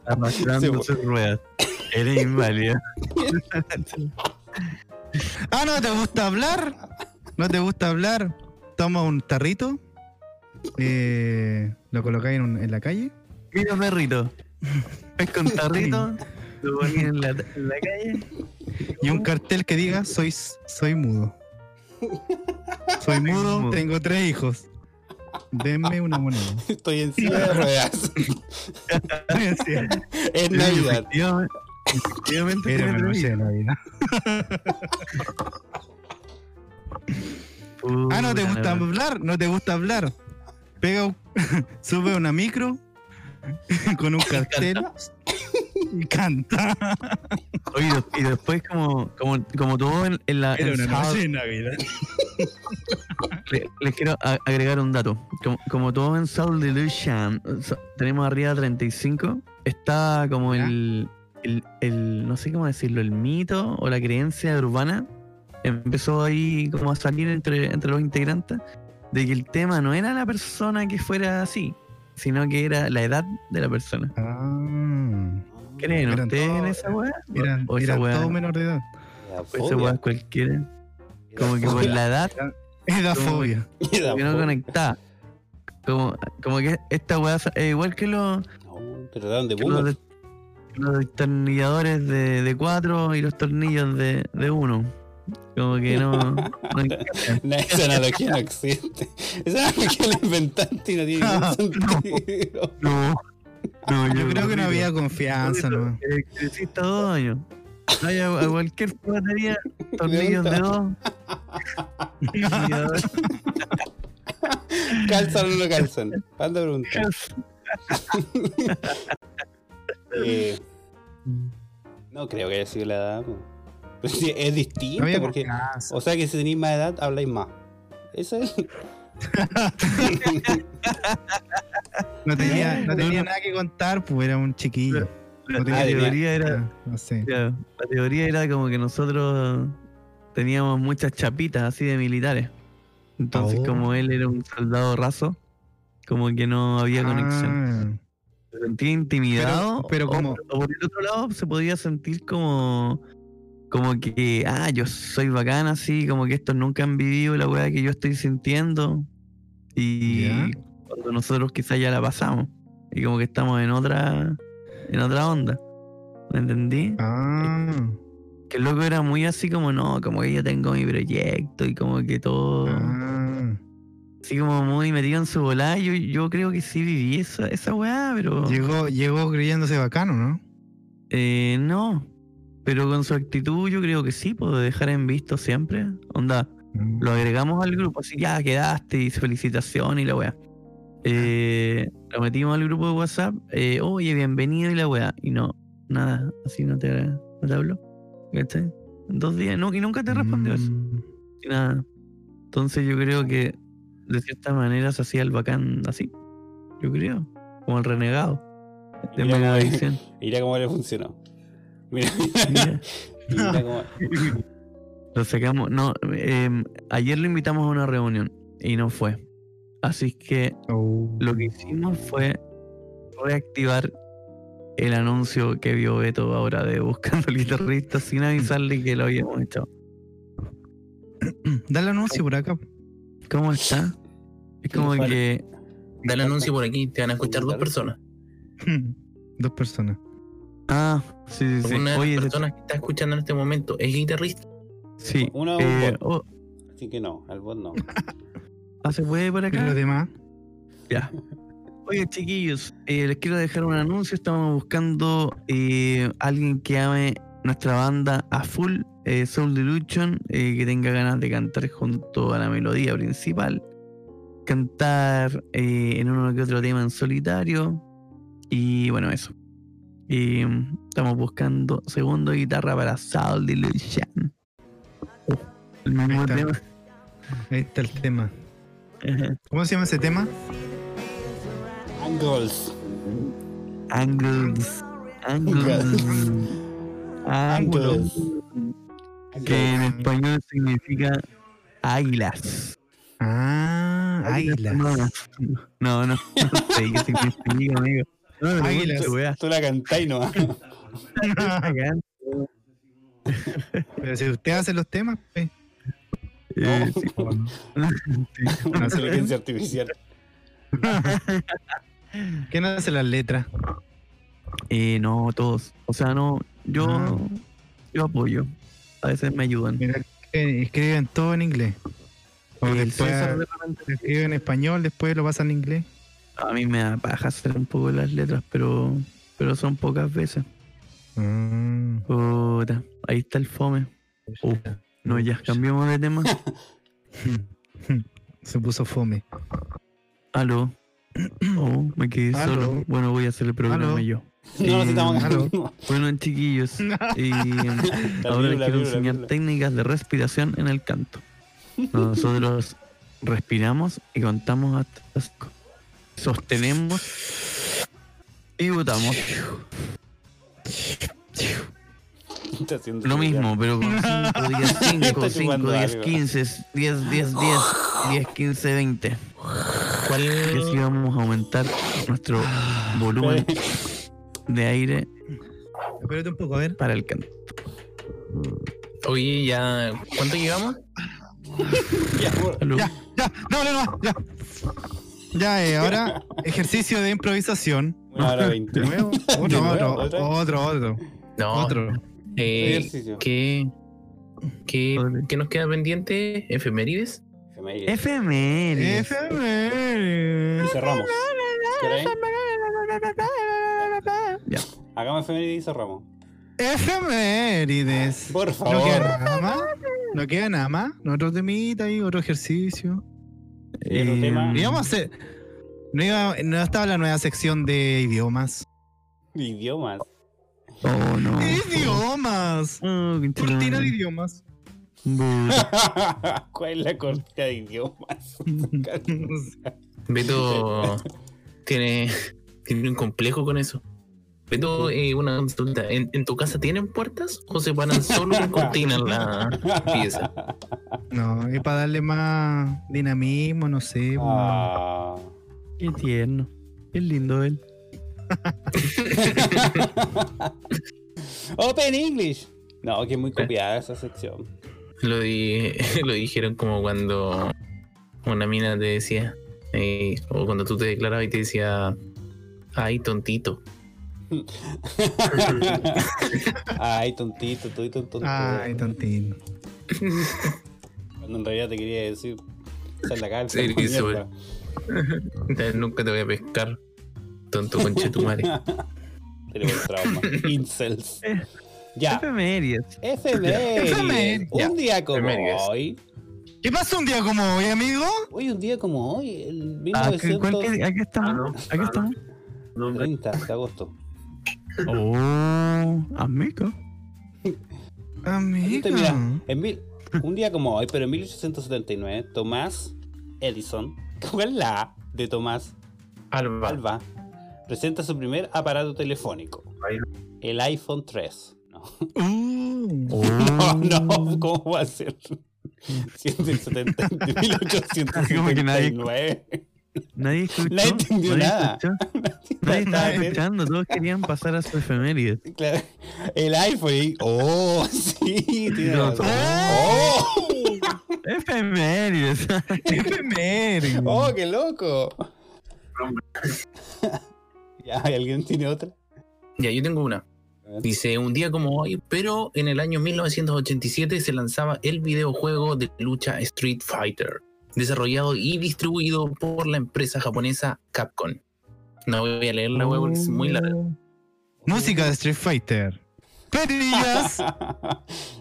Arrastrando
Se
sus ruedas. Eres inválido.
Ah, no te gusta hablar. No te gusta hablar. Toma un tarrito. eh, lo colocáis en, un- en la calle.
Mira, perrito. Es con tarrito. Lo ponían en la, en la calle.
Y un cartel que diga: Soy, soy mudo. Soy mudo,
mudo.
tengo tres hijos. Denme una moneda.
Estoy en silla de ruedas. Es Navidad.
Efectivamente, efectivamente
Era
tiene
una noche de
ruido.
Navidad. Ah, no te
Puta,
gusta
no.
hablar, no te gusta hablar. Pega, un- sube una micro con un cartel y canta.
Oye, y después, como, como, como todo en, en la. en sábado-
de Navidad.
Le- les quiero a- agregar un dato. Como, como todos en Soul Delusion, so- tenemos arriba 35. Está como
¿Ya?
el, el, el- No sé cómo decirlo, el mito o la creencia urbana. Empezó ahí como a salir entre, entre los integrantes de que el tema no era la persona que fuera así, sino que era la edad de la persona.
Ah,
¿Creen
Eran
ustedes en
todos-
esa weá?
eran,
O esa
eran
weá-
todos menor de edad.
La
o Esa
fobia.
weá cualquiera. Como que por la edad
Edafobia.
La
que no
fobia.
conectaba. Como, como que esta weá es igual que los.
No, te trataron de
que los,
boomer.
de- los destornilladores de, de 4 y los tornillos de, de 1. Como que no. no encaja.
No, esa analogía no existe. Esa analogía la inventaste y no tiene ningún sentido.
No. No, yo creo que
digo.
no había confianza, no.
Electricista dos años. Ay, a, a cualquier batería, tornillos de dos. Ligador.
¿Calzan o no calzan? Panda pregunta. Eh, no creo que haya sido la edad. po. Pero sí, es
No
distinto
había
porque.
confianza.
O sea que si tenéis más edad, habláis más. Eso es.
No tenía, no tenía nada que contar, pues era un chiquillo.
La,
No
la
Ah, de
teoría era,
No sé.
claro, la teoría era como que nosotros teníamos muchas chapitas así de militares. Entonces,
Oh.
como él era un soldado raso, como que no había
Ah.
conexión. Se sentía intimidado.
Pero- pero
o-
como-
o por el otro lado, se podía sentir como. Como que, ah, yo soy bacán así, como que estos nunca han vivido la weá que yo estoy sintiendo. Y
Ya.
cuando nosotros quizás ya la pasamos. Y como que estamos en otra. En otra onda. ¿Me entendí?
Ah,
Que el loco era muy así como, no, como que yo tengo mi proyecto y como que todo.
ah.
Así como muy metido en su volada. Yo, yo creo que sí viví esa, esa weá, pero.
Llegó, llegó creyéndose bacano, ¿no?
Eh, no. Pero con su actitud yo creo que sí, puedo dejar en visto siempre. Onda, lo agregamos al grupo, así ya quedaste y felicitación y la weá. Eh, lo metimos al grupo de WhatsApp, eh, oye, bienvenido y la weá. Y no, nada, así no te, no te habló. ¿Cachai? Dos días, no, y nunca te respondió eso.
Mm.
ni Nada. Entonces yo creo que de cierta manera se hacía el bacán así. Yo creo. Como el renegado. De
Mira,
mala
güey.
visión.
Mira cómo le funcionó. Mira, mira, cómo.
Lo sacamos. No, em, ayer lo invitamos a una reunión y no fue. Así que
Oh.
lo que hicimos fue reactivar el anuncio que vio Beto ahora de buscando al guitarrista sin avisarle que lo habíamos hecho.
Dale anuncio por acá.
¿Cómo está? Es como
Vale.
que.
Da el anuncio por aquí, te van a escuchar dos personas.
Dos personas.
Ah, sí, sí, sí.
Una de
Oye,
las
se-
personas que está escuchando en este momento es guitarrista.
sí.
Una o un
eh,
bot.
oh,
Así que no, al bot no.
ah, se puede por
¿Y
acá.
los demás?
Ya. Oye, chiquillos, eh, les quiero dejar un anuncio. Estamos buscando eh, alguien que ame nuestra banda a full, eh, Soul Delusion, eh, que tenga ganas de cantar junto a la melodía principal, cantar eh, en uno que otro tema en solitario. Y bueno, eso. Eh, estamos buscando segundo guitarra para Soul Delusion. Oh, el mismo
Ahí
tema.
está. Ahí está el tema. ¿Cómo se llama ese tema?
Angles.
Angles. Angles. Ángulos.
Angles.
Ah, Que en español significa águilas.
Ah, Águilas.
No, no, no sé qué significa, amigo. No, me
Águilas.
pregunto, weá.
Tú la cantáis nomás.
Pero si usted hace los temas, pues. Oh.
Eh, sí.
Una inteligencia artificial.
¿Quién hace las letras?
Eh, no, todos. O sea, no, yo,
Ah.
yo apoyo. A veces me ayudan.
Mira, eh, escriben todo en inglés. O
El
después
César de repente-
escriben en español, después lo pasan en inglés.
a mí me da paja hacer un poco las letras, pero, pero son pocas veces.
Mm.
Puta, ahí está el fome. Uh, no, ya, cambiamos de tema.
Se puso fome.
Aló. Oh, me quedé
Aló.
solo. Bueno, voy a hacer el programa
Aló.
yo.
No
Eh,
necesitamos
aló.
Bueno, chiquillos. y ahora les
pirula,
quiero
pirula,
enseñar
pirula.
técnicas de respiración en el canto. Nosotros respiramos y contamos hasta cinco. Sostenemos y botamos.
Está haciendo
Lo
pirula.
mismo, pero con 5, 10, 5,
Está
5,
chupando
10,
algo.
15, 10, 10, 10, 10, 15, 20. Y así
¿Cuál?
vamos a aumentar nuestro
Ah,
volumen de aire
Espérate un poco, a ver.
para el canto.
Oye, ya. ¿Cuánto llevamos?
Ya, por-
Salud.
Ya, ya, no, no, no, ya. Ya, eh, ahora ejercicio de improvisación.
Una hora veinte.
De nuevo,
De
uno,
nuevo,
otro,
otra.
otro, otro,
No.
otro.
eh,
Ejercicio.
¿Qué? ¿Qué, qué nos queda pendiente? ¿Efemérides?
Efemérides.
Efemérides.
Y
FM.
cerramos. ¿Queréis?
Ya.
Hagamos efemérides y cerramos.
Efemérides.
Por
No queda
favor.
nada más. No queda nada más. Otro temita y otro ejercicio.
Y otro tema.
Y
Eh,
vamos a hacer. No, iba, no estaba la nueva sección de idiomas.
Idiomas.
Oh, no.
¡Idiomas! Mm.
Oh, qué
Cortina de
chulo.
idiomas.
¿Cuál es la cortina de idiomas?
Beto tiene, tiene un complejo con eso. Beto, eh, una consulta. ¿En, en tu casa tienen puertas o se paran solo con cortinas la pieza?
No, es para darle más dinamismo, no sé.
Ah.
Qué tierno. Qué lindo él.
Open English. No, que es muy copiada esa sección.
Lo, di- lo dijeron como cuando una mina te decía, eh, o cuando tú te declarabas y te decía, ay, tontito.
Ay, tontito, tú y tontito.
Ay, tontino.
Cuando en realidad te quería decir. Sal de acá, el
Sí,
mierda.
sube. Nunca te voy a pescar, tonto conchetumare.
Tenemos trauma. Incels. Ya.
Efemérides.
Efemérides.
Efemérides. Ya.
Un día como
Efemérides.
hoy.
¿Qué pasa un día como hoy, amigo?
Hoy, un día como hoy, el
Ah, ¿cu- cuál que-
1930
¿Aquí estamos? ¿Aquí estamos?
de agosto. Ah,
Oh, amigo.
Aquí
Amigo.
te mira, en mil- un día como hoy, pero en 1879, Tomás Edison, ¿cuál es la A de Tomás
Alba,
Alba? Presenta su primer aparato telefónico, el iPhone 3. No, Oh.
Uh,
no, no, ¿cómo va a ser? 170, 1879.
Como que Nadie escuchó.
Nadie entendió nada.
escuchó. Nadie
Nadie
estaba
estaba
escuchando. Todos querían pasar a su efemérides.
Claro. El iPhone. y- Oh, sí. Tiene
No,
razón. Oh,
oh.
Efemérides.
efemérides.
oh, qué loco. ya, ¿y ¿alguien tiene otra?
Ya, yo tengo una.
A ver.
Dice, un día como hoy, pero en el año 1987 se lanzaba el videojuego de lucha Street Fighter, desarrollado y distribuido por la empresa japonesa Capcom. No voy a leer la web porque es muy larga.
Música de Street Fighter. Perillas.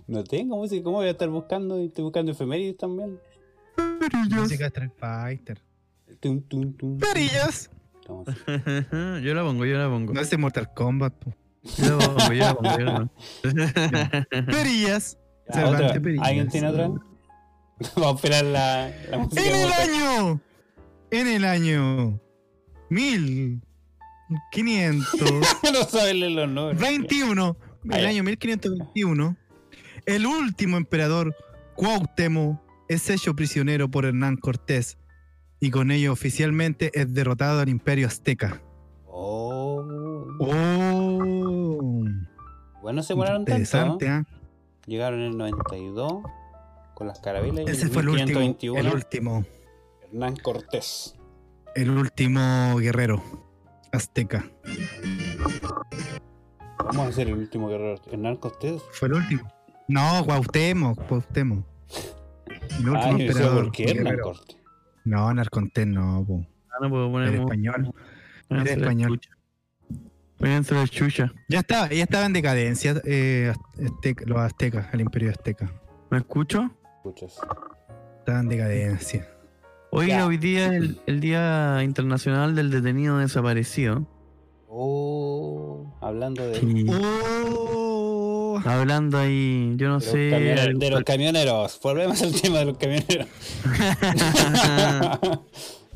no tengo música. ¿Cómo voy a estar buscando? Estoy buscando efemérides también.
Música de Street Fighter.
Tum, tum, tum.
Perillas.
Estamos-
yo la pongo, yo la pongo.
No es de Mortal Kombat. po.
Yo la pongo, yo la pongo. Yo la pongo.
Perillas.
Ya,
Cervantes
otra.
Perillas.
¿Alguien tiene otra? Vamos a esperar la, la música.
En el
vuelta.
año. En el año. Mil. Quinientos.
no saben leer los nombres.
21,
Ah,
el
ya.
año 1521, el último emperador Cuauhtémoc es hecho prisionero por Hernán Cortés y con ello oficialmente es derrotado al Imperio Azteca.
Oh.
Oh,
Bueno, se moraron tanto.
interesante,
¿no?
¿ah?
Llegaron en el 92 con las carabelas y
¿eh? Ese
en
fue el último,
1521,
el último,
Hernán Cortés.
el último guerrero azteca.
Vamos a hacer el último guerrero. Hernán Cortés.
Fue el último. No, Cuauhtémoc, Cuauhtémoc. El último
Ah, yo decía,
emperador.
¿por qué Hernán
guerrero.
Cortés?
No, Narcontés no, po.
Ah, no puedo
Era
poner mu-
español.
pónganse
Era
la
español.
chucha. Pónganse la chucha.
Ya estaba, ya estaba en decadencia eh, azteca- los aztecas, el imperio azteca.
¿Me escucho?
Escuchas.
Estaba en decadencia.
Hoy,
Ya.
hoy día es el, el Día Internacional del Detenido Desaparecido.
Oh, hablando de,
Y
¡Oh!
hablando ahí, yo no
de los
sé.
camioneros-
algo-
de los camioneros. Volvemos al tema de los camioneros.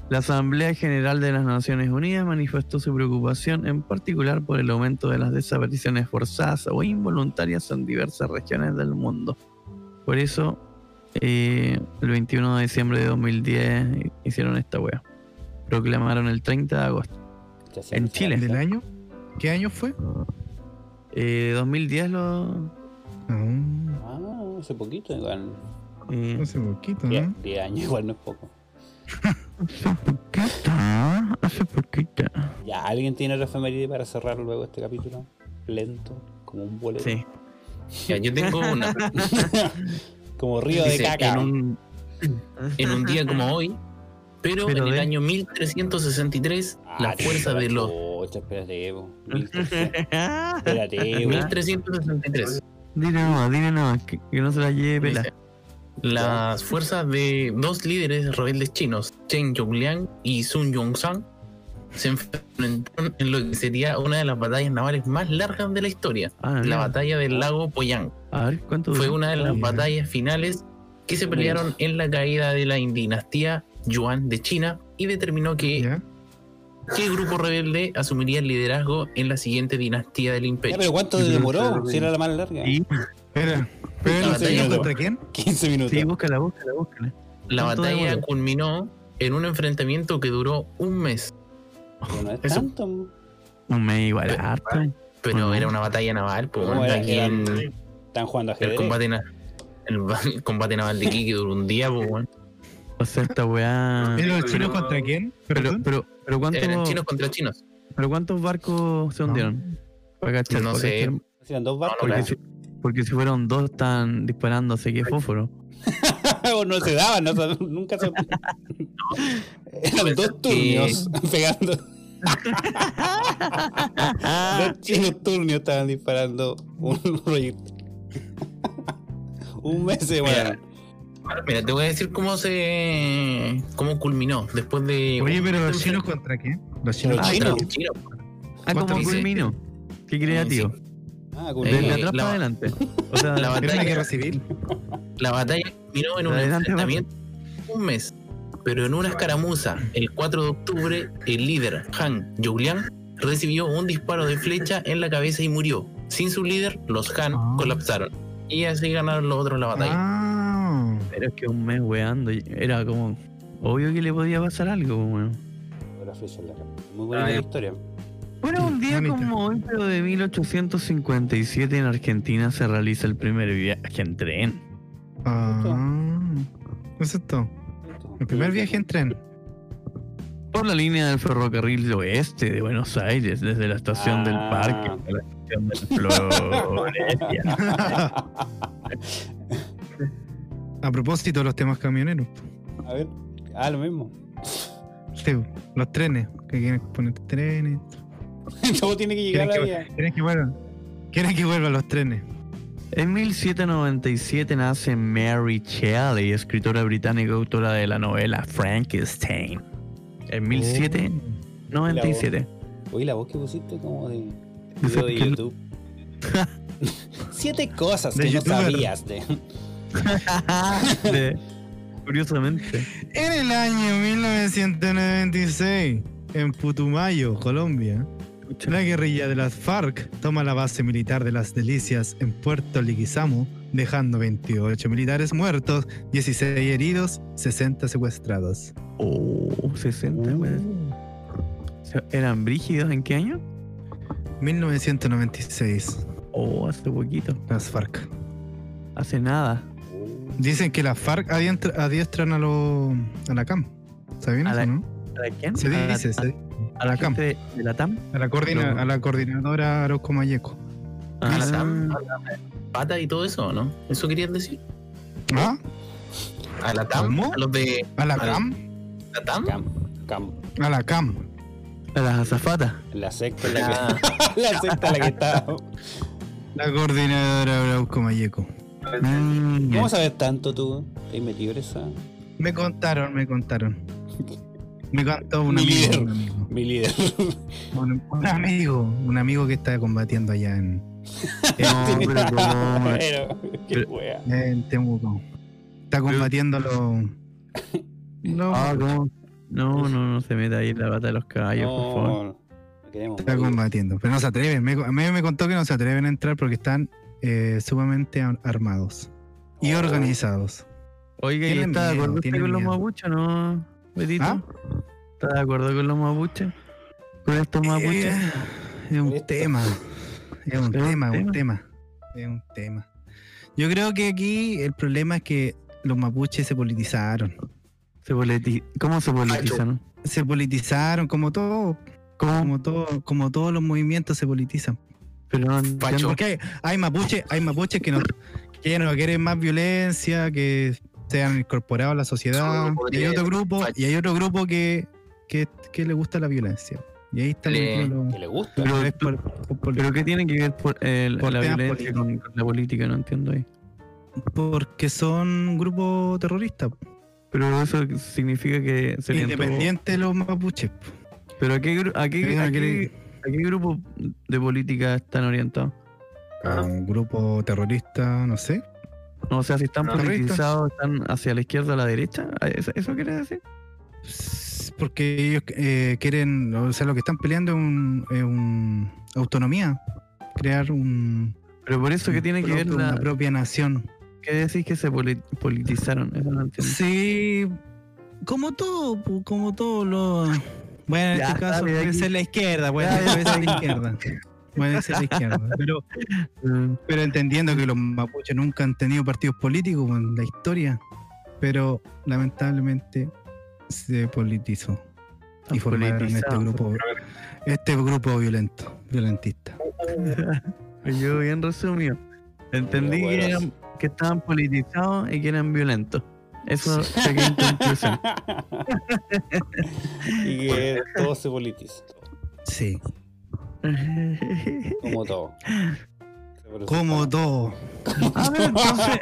La Asamblea General de las Naciones Unidas manifestó su preocupación en particular por el aumento de las desapariciones forzadas o involuntarias en diversas regiones del mundo. Por eso, eh, el 21 de diciembre de 2010 hicieron esta wea. Proclamaron el 30 de agosto.
Ya se
En
nos
Chile.
fue.
¿Del año? ¿Qué año fue?
Eh, 2010 lo...
Ah,
Ah, hace poquito igual.
eh,
hace poquito,
Diez
¿no?
10 años igual no es poco.
Hace poquito, Ah, hace poquito.
Ya, ¿alguien tiene otra efeméride para cerrar luego este capítulo? Lento, como un boleto.
Sí.
Ya, yo tengo una.
Como río de
Dice,
caca.
En un, en un día como hoy, pero,
Pero
en el
de-
año 1363,
Ah,
la fuerza de los.
chucha, espérate, po. 1300,
Ah.
Espérate, po.
1363.
Dile nomás, dile nomás, que, que no se la lleve
dice,
pela.
Las fuerzas de dos líderes rebeldes chinos, Chen Yongliang y Sun Yongzhang, se enfrentaron en lo que sería una de las batallas navales más largas de la historia,
Ah, no,
la
no.
batalla del lago Poyang.
A ver, ¿cuánto
Fue
duró?
una de las
Ya.
batallas finales que se pelearon en la caída de la dinastía Yuan de China y determinó que
¿Ya?
¿Qué grupo rebelde asumiría el liderazgo en la siguiente dinastía del
Ya,
imperio?
pero ¿cuánto demoró? Si era la más larga.
Sí.
Espera. Espera,
La
¿la
batalla
batalla
de-
contra quién?
15 minutos.
Sí, búscala, búscala, búscala.
la
¿cuánto
batalla
demoró?
culminó en un enfrentamiento que duró un mes,
Pero no es
Eso.
tanto. mo.
No me igual harto.
pero ah.
Ujú.
era una batalla naval. pues,
¿Cómo
onda,
era?
aquí
Era
en-
el- Están jugando
el,
ajedrez.
combate na- el ba- el combate naval de Kiki duró un día, pues, weón.
O sea, esta weá.
¿Pero los
Pero-
chinos contra quién?
Ah. Pero,
Perdón.
pero, pero, ¿cuánto,
eran chinos contra chinos.
pero ¿cuántos barcos se
No.
hundieron? Para cachar,
No
para
sé.
cachar.
Eran dos barcos.
Porque si, porque si fueron dos, están disparando, así que fósforo.
O no se daban, no se- nunca se. Eran dos turnios pegando. dos chinos turnios estaban disparando un proyectil. un mes de
Mira, Mira, te voy a decir cómo se cómo culminó después de.
Oye, pero los chinos contra quién? Los chinos.
Pero
Ah,
chinos.
los chinos.
Ah,
¿Cuánto
como
dice?
culminó. Qué creativo.
Ah,
Desde
Eh,
atrás
la-
para adelante. O sea,
la
Era una
batalla-
guerra civil.
La batalla terminó en un
Adelante,
enfrentamiento de un mes, pero en una escaramuza, el 4 de octubre, el líder Han Youliang recibió un disparo de flecha en la cabeza y murió. Sin su líder, los Han
Ah.
colapsaron. Y así ganaron los otros la batalla.
Ah,
pero es que un mes weando. y Era como. Obvio que le podía pasar algo, weón.
Ahora flecha en la cara. Muy buena
Ah, ya.
historia.
Bueno, un día
Mamita.
como hoy, pero de 1857 en Argentina se realiza el primer viaje en tren.
ah. ¿Es esto? El primer viaje en tren.
Por la línea del ferrocarril oeste de Buenos Aires, desde la estación del
Ah.
parque hasta la estación de Flores.
A propósito de los temas camioneros.
A ver. Ah, lo mismo.
Sí, los trenes. Que quieren poner trenes.
Todo tiene que llegar a
Tienen que
la vida.
Quieren que vuelvan. Quieren que vuelvan los trenes.
En 1797 nace Mary Shelley, escritora británica y autora de la novela Frankenstein. En 1797.
Oye, la voz que pusiste como de. Video de YouTube. Siete cosas
De
que no
youtuber.
sabías de.
De- Curiosamente.
En el año 1996, en Putumayo, Colombia, la guerrilla de las FARC toma la base militar de las Delicias en Puerto Liquizamo, dejando 28 militares muertos, 16 heridos, 60 secuestrados.
Oh, 60.
Uh.
güey. O sea, ¿Eran brígidos en qué año?
1996,
Oh, hace poquito.
las FARC.
Hace nada.
Dicen que las FARC adientra- adiestran a, lo, a la CAM. ¿Sabían
A
eso,
la-
no?
¿A la quién?
Se
¿A la-
dice, se-
a la
CAM.
gente de la TAM?
a la, coordina-
No.
a la coordinadora Arauco Mayeco.
A la
Ah,
TAM, a la pata y todo eso, ¿no? ¿Eso querías decir?
¿Ah?
¿A la TAM?
¿Cómo?
¿A los de
¿A la
A la-
CAM?
la TAM?
Cam, cam.
A la CAM.
A las azafatas.
La secta en la
Ah.
que. la secta en la que está.
La coordinadora Brauco Mayeco.
Mm,
¿Cómo sabes tanto tú? Ah, ¿Te has metido en esa?
Me contaron, me contaron. Me contó un
Mi
amigo,
líder.
un amigo.
Mi líder.
Un, un amigo. Un amigo que está combatiendo allá en,
no, pero cómo-
Pero, qué
Pero-
wea.
en Temuco. Está combatiendo los. los-
Ah, ¿cómo? No, no, no se meta ahí en la bata de los caballos, por favor.
No, no queremos.
está combatiendo. Pero no se atreven. Me, a mí me contó que no se atreven a entrar porque están eh, sumamente ar- armados y
Oh.
organizados.
Oiga, ¿y
Tienen
está de
miedo,
acuerdo usted
tienen
con los
miedo.
mapuches, no, Betito?
¿Ah?
¿Está de acuerdo con los mapuches? ¿Con estos mapuches?
Eh, este es un
Esto.
tema. Es un
Es un
tema, es un tema. Es un tema. Yo creo que aquí el problema es que los mapuches se politizaron.
Se politi- ¿Cómo se politizan?
Se politizaron como todo,
¿Cómo?
como todo, como todos los movimientos se politizan.
Pero no entiendo.
Porque hay, hay mapuches hay mapuches que no, que ya no quieren más violencia, que sean incorporados a la sociedad.
Solo
Y hay otro grupo,
facho.
y hay otro grupo que, que, que le gusta la violencia. Y ahí está
Le-
el
que le gusta.
pero es por- por- por-
¿Pero qué tiene que ver por, el-
Por
la
temas
violencia con, con la política? No entiendo ahí.
porque son un grupo terrorista,
Pero eso significa que serían todos-
independiente de los mapuches. po.
¿Pero a qué, gru- a qué-
Pero
a
no quiere-
qué- a qué grupo de política están orientados?
a "Ah, un grupo terrorista, no sé.
No, o sea, si están
No.
politizados, ¿están hacia la izquierda o a la derecha? Ah, ¿Eso, eso quiere decir?
S- Porque ellos eh, quieren, o sea, lo que están peleando es un, es un- autonomía, crear un,
Pero por eso que tiene que ver
propio-
la...
una propia nación.
¿Qué decís que se poli- politizaron? Eso no entiendo.
Sí, como todo, pu, como todo lo... Bueno, en
Ya,
este caso
dale, de
puede
aquí.
ser la izquierda, puede,
Ya, ya,
puede ser la izquierda. Puede ser la izquierda. Pero,
Mm.
pero entendiendo que los mapuches nunca han tenido partidos políticos en la historia, pero lamentablemente se politizó y
Están
formaron este
politizados.
grupo, este grupo violento, violentista.
Yo bien resumido. Entendí
Pero
que,
bueno.
eran- que estaban politizados y que eran violentos. Eso saqué en conclusión.
y que todo se politiza.
Sí,
Como todo. Pero eso
como
está-
todo.
A ver, entonces.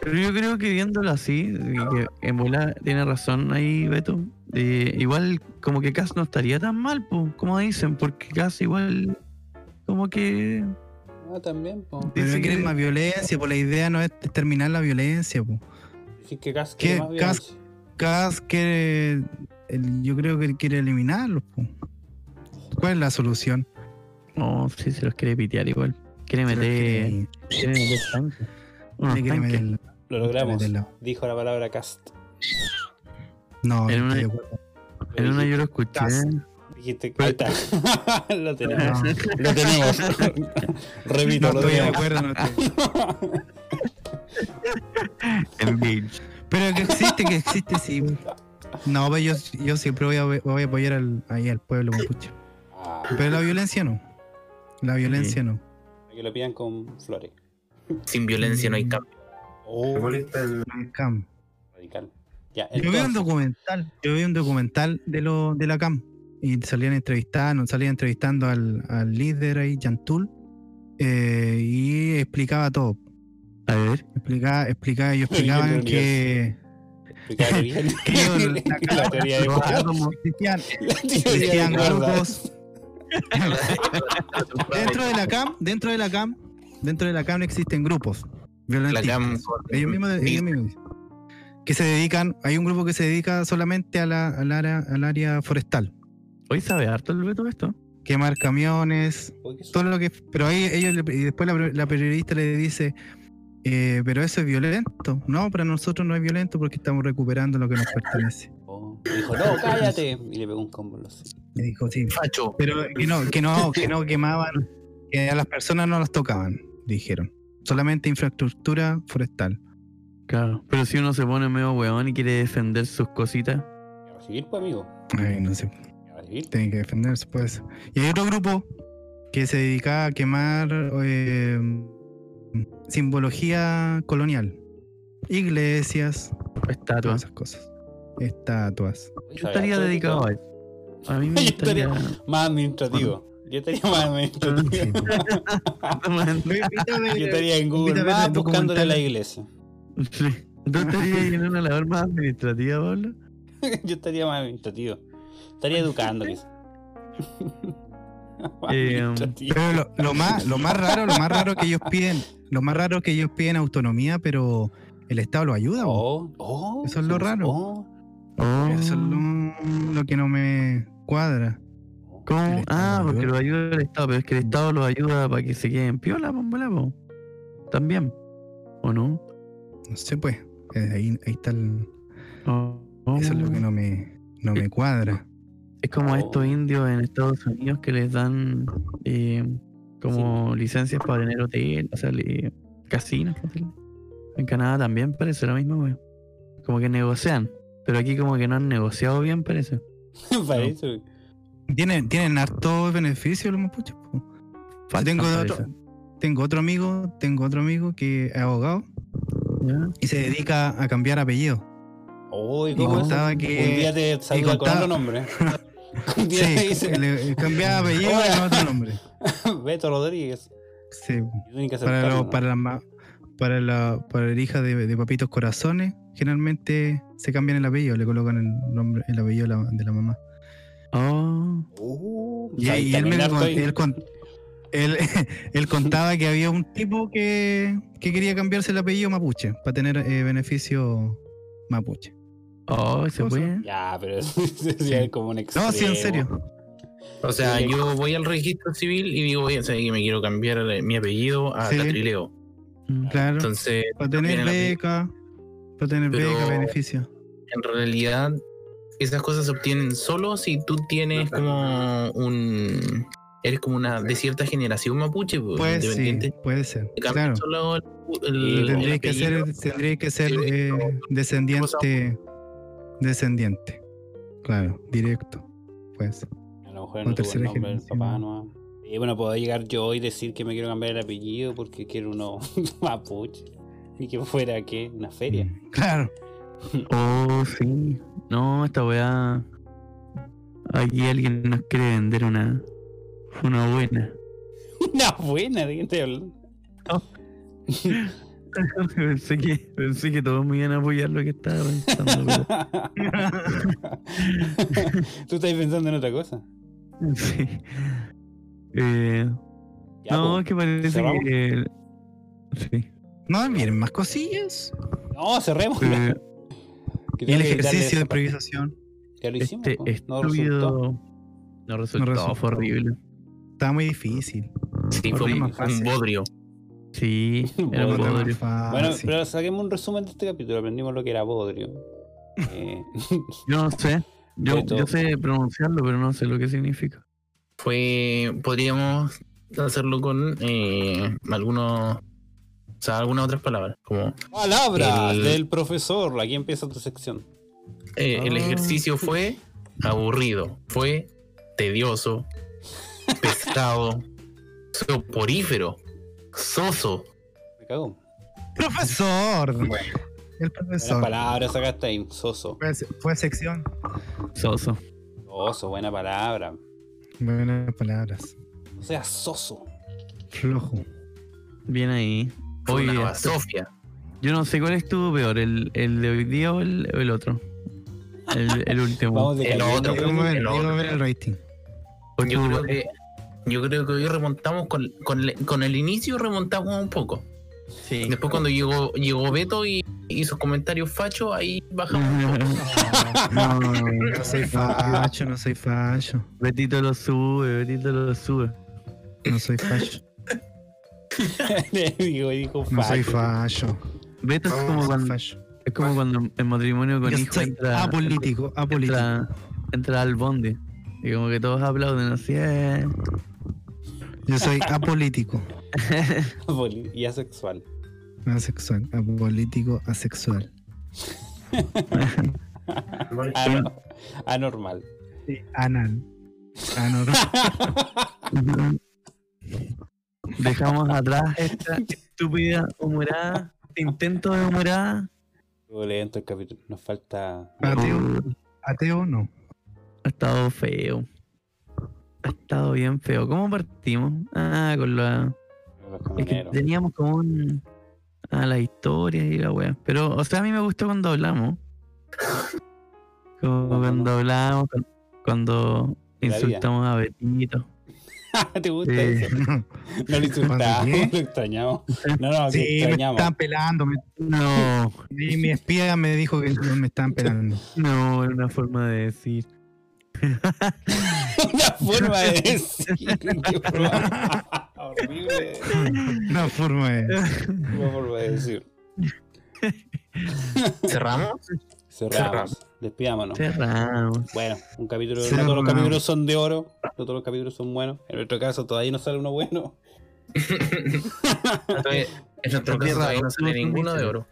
Pero yo creo que viéndolo así, y que en bola tiene razón ahí Beto. eh, igual como que Cas no estaría tan mal, po, como dicen, porque Cas igual como que
Ah, también, po.
Pero
Dice
quieren
que-
más violencia, pues la idea no es terminar la violencia. Pues.
Dicen que Gas
¿Qué?
quiere más
Gas-
violencia.
Cas quiere, el- yo creo que quiere eliminarlos. pues. ¿Cuál es la solución?
no si se los quiere pitear igual. Quiere
Se los
meter.
quiere-
Quiere meter tanque. Unos
le quiere
tanques.
meter la-
Lo logramos.
meter la-
Dijo la palabra cast.
No,
En
no
una-
estoy de acuerdo.
En una yo lo escuché.
Cas.
Dijiste, ahí está. lo tenemos.
No.
Lo tenemos. Repito,
Ah. No
lo
estoy de
tenemos.
acuerdo, no estoy-
En Bilge.
Pero que existe, que existe, sí. No, pero yo, yo siempre voy a, voy a apoyar al, ahí al pueblo mapuche.
Ah,
Pero la violencia no. La violencia no.
que lo pidan con flores.
Sin violencia no hay cambio.
Oh,
Molestan.
No hay cambio.
radical. Ya,
Yo vi un
entonces,
documental, yo vi un documental de lo, de la CAM y salían entrevistando, nos salían entrevistando al, al líder ahí, Chantul, eh, y explicaba todo.
A ver.
Explicaba, explicaba, ellos explicaban
Bien,
que,
explicarle bien.
que ellos- la
La teoría de Cuerda.
como existían,
La teoría
existían
de Cuerda.
grupos dentro de la CAM, dentro de la CAM, dentro de la CAM existen grupos
La
violentistas.
cam.
Ellos mismos, ellos mismos dicen. que se dedican, hay un grupo que se dedica solamente a la, al área, al área forestal,
Hoy sabe harto el Beto esto.
quemar camiones,
Uy, qué
todo lo que, pero ahí ellos le- y después la, la periodista le dice, eh, pero eso es violento, no, para nosotros no es violento porque estamos recuperando lo que nos pertenece.
supo. Dijo, no, cállate. Y le pegó un combo. en los-
Y dijo sí,
Facho.
pero que no, que no, que no quemaban, que a las personas no las tocaban, dijeron, solamente infraestructura forestal.
Claro. Pero si uno se pone medio weón y quiere defender sus cositas.
A recibir, pues, amigo.
Ay, no sé.
A recibir.
tienen que defenderse por eso. Y hay otro grupo que se dedicaba a quemar eh, simbología colonial, iglesias, todas
Estatuas.
esas cosas, estatuas.
Yo estaría
Todo
dedicado a eso. A mí me
Yo estaría-
gustaría.
Más administrativo. Yo estaría más administrativo. Yo estaría en Google
Invítame a ver
Maps
el
buscándole a la
documental.
iglesia.
Sí. ¿Tú estarías ahí en una labor más administrativa, Pablo?
Yo estaría más administrativo. Estaría educando, quizás. Más
Eh,
um,
administrativo.
Pero lo, lo más, lo más raro, lo más raro que ellos piden, lo más raro que ellos piden autonomía, pero el Estado los ayuda. bo.
Oh, oh,
Eso es lo raro.
oh,
Eso es lo, lo que no me cuadra.
oh.
El
¿Cómo?
Estado
Ah,
lo
porque
ayuda.
lo ayuda el Estado, pero es que el Estado lo ayuda para que se queden piola, pues, bola, po. También. ¿O no?
No sé, pues. eh, Ahí, ahí está el-
Oh,
Eso es lo
oh.
que no me, no me cuadra.
Es como
Oh.
estos indios en Estados Unidos que les dan eh, como licencias para tener hotel, o sea, li- casinos. hotel. En Canadá también parece lo mismo, güey. Como que negocian, pero aquí como que no han negociado bien, parece.
Parece.
Tienen, tienen hartos beneficios los mapuches. po.
Faltan
tengo,
para
otro,
eso.
tengo otro amigo, tengo otro amigo que es abogado
¿Ya?
y se dedica a cambiar apellido.
Uy,
Y
¿cómo es?
contaba que-
Un día te saluda con
contaba-
otro nombre. Un
Sí,
día te dice
le- cambiaba apellido y no otro nombre.
Beto Rodríguez.
Sí,
Y tienen que
para,
aceptarlo,
los-
¿no?
para, la, ma- para, la, para el hija de, de Papitos Corazones, generalmente se cambian el apellido, le colocan el nombre, el apellido de la, de la mamá.
Oh,
Uh,
Y,
ahí
y él, me
también harto
con-
ahí.
él con- él- él contaba que había un tipo que, que quería cambiarse el apellido mapuche para tener eh, beneficio mapuche.
oh, se
¿Cómo se
fue.
Ya, pero es, es ya como un extremo.
No, sí, en serio.
O sea,
Sí.
yo voy al registro civil y digo, oye, ¿sabes que me quiero cambiar el- mi apellido a
Sí.
Catrileo?
Mm.
Claro.
Entonces,
Para tener
También el apellido.
beca, para tener
Pero-
beca, beneficio.
en realidad, esas cosas se obtienen solo si tú tienes como un. Eres como una de cierta generación mapuche, pues,
Pues sí,
independiente.
puede ser.
Te cambias
Claro.
solo el- el- el
Tendría que
apellido.
ser, tendría que ser
Sí,
eh,
no,
descendiente. Descendiente. Claro, directo. Pues.
A lo mejor no
O
tuvo el
tercera
nombre del
generación.
papá, ¿no? Y bueno, puedo llegar yo y decir que me quiero cambiar el apellido porque quiero uno mapuche. Y que fuera, ¿qué? Una feria.
Claro.
Oh, sí. No, esta weá. Aquí alguien nos quiere vender una. Una buena.
Mm.
Una buena, ¿de qué estoy hablando?
pensé, que, pensé que todos me iban a apoyar lo que estaba pensando. pero-
Tú estás pensando en otra cosa.
Sí. Eh,
Ya,
no,
pues.
es que parece
¿cerramos?
que. el- Sí.
No, miren, más cosillas.
No, cerremos.
Eh,
Que
Y el
tengo que quitarle
ejercicio de
esa parte.
improvisación.
Ya lo hicimos.
este
pues, no resultó.
estúpido. No resultó,
resultó.
fue horrible.
Estaba muy difícil.
Sí, fue
Horrible.
un, un bodrio.
Sí, era un
Bueno,
Estaba
bodrio.
fácil.
Bueno, pero saquemos un resumen de este capítulo. Aprendimos lo que era bodrio. Eh,
Yo no sé. Yo,
Sobre todo-
yo sé pronunciarlo, pero no sé lo que significa.
Fue. Podríamos hacerlo con eh, algunos. O sea, algunas otras palabras. Como
Palabras
El-
del profesor. Aquí empieza tu sección.
eh, el
Ah.
ejercicio fue aburrido, fue tedioso, pesado, soporífero, soso.
Me cago.
Profesor. El
Buenas
profesor.
palabras sacaste ahí. Soso.
Fue, fue sección.
Soso.
Soso, buena palabra.
Buenas palabras.
O sea, soso.
Flojo.
Bien ahí.
Fue
Oye,
una
esto-
basofia.
Yo no sé cuál estuvo peor, el, el de hoy día o el, o el otro. El, el último.
Vamos de
El
caliente.
otro.
Vamos a ver,
el otro.
vamos a ver el rating.
Porque
Yo creo
hubo-
que. Yo creo que hoy remontamos con, con le- con el inicio remontamos un poco.
sí.
Después cuando llegó, llegó Beto y hizo comentarios fachos, ahí bajamos.
No, no soy facho, no soy facho.
Betito lo sube, Betito lo sube.
No soy facho.
Le digo, dijo
No soy
facho.
facho.
Beto es
No
como
soy
cuando,
facho.
es como cuando en matrimonio con
Yo Ah,
hijo
soy
entra,
apolítico, apolítico.
entra, entra al bonde. Y como que todos aplauden así. eh.
Yo soy apolítico.
Boli- Y asexual.
Asexual. Apolítico, asexual.
Bueno,
Ano- Ah, Anormal.
Anal. Anal.
Dejamos atrás esta estúpida humorada, este intento de humorada.
Estuvo lento el capítulo. Nos falta.
Ateo, ateo no.
Ha estado feo. Ha estado bien feo. ¿Cómo partimos? Ah, con la.
Los
Es que
camioneros.
teníamos como un. A la historia y la wea. Pero, o sea, a mí me gustó cuando hablamos. Como cuando hablamos, cu- cuando
La vida.
insultamos a Betito.
¿Te gusta
Eh,
eso? No lo
¿Cuándo
insultamos,
qué?
lo extrañamos. No, no, que
Sí, me
extrañamos.
están pelando. me-
No,
y mi espía me dijo que me están pelando.
no, era una forma de decir.
Una forma de decir. qué forma- Horrible.
Una forma de.
Una forma de decir.
Cerramos.
Cerramos.
Cerramos.
Despidámonos.
Cerramos.
Bueno, un capítulo. No
Cerramos.
todos los capítulos son de oro. No todos los capítulos son buenos. En nuestro caso, todavía no sale uno bueno.
Entonces, en nuestro caso todavía no sale ninguno de oro.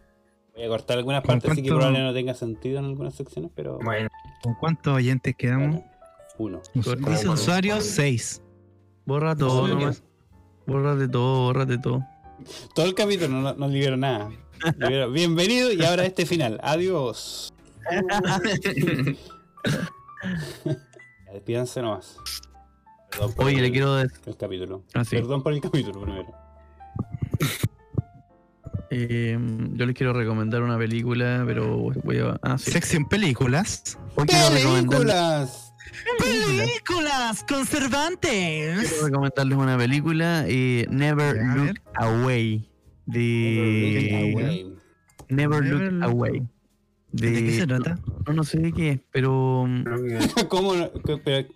Voy a cortar algunas
¿Con
partes, así que
cuánto-
probablemente no tenga sentido en algunas secciones, pero.
Bueno,
¿Con cuántos oyentes quedamos?
bueno, uno.
Dice usuario 6.
Borra todo nomás. Bórrate todo, bórrate todo.
Todo el capítulo no, no libero nada. Libero, Bienvenido y ahora este final. Adiós. Ya, Despídanse nomás. Perdón por
Oye,
el,
le quiero ah, decir.
el capítulo.
Así.
Perdón por el capítulo primero.
Eh, yo les quiero recomendar una película, pero voy a. Ah, sí.
Sexy en películas.
Hoy quiero recomendarles,
¡Películas!
¡Películas! ¡Conservantes!
quiero recomendarles una película, eh, Never
Ya, a
Look
ver.
Away.
Ay,
De.
güey.
Never,
Never
Look
Look
Away.
¿De qué se trata?
No, no, no sé de qué es, pero. um,
Creo que-
¿Cómo? no? ¿Qué- pero-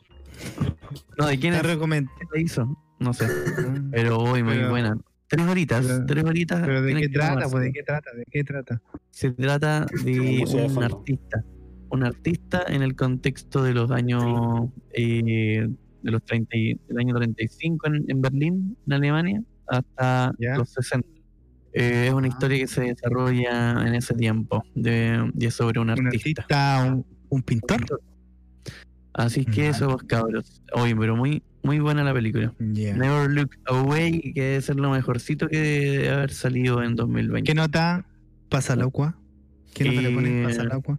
No, de quién
Te
es,
recomiendo.
¿Quién la hizo. No sé. Pero hoy, muy
Pero-
buena. Tres horitas,
pero-
tres horitas.
¿Pero de
tienen
qué
que
trata?
tomarse.
pues, ¿De qué trata? ¿De qué trata?
Se trata de
música de
un
fondo.
artista. Un artista en el contexto de los años eh, de los 30, y- del año 35 en, en Berlín, en Alemania, hasta
Ya.
los 60. Eh, es una historia que se desarrolla en ese tiempo de, y es sobre un
¿Un
artista.
artista? ¿Un, un pintor?
Así es que eso, cabros. Oye, pero muy, muy buena la película.
Ya.
Never Look Away, que debe ser lo mejorcito que debe haber salido en 2020.
¿Qué nota pasa al agua? ¿Qué nota le pones
Eh,
pasa al agua?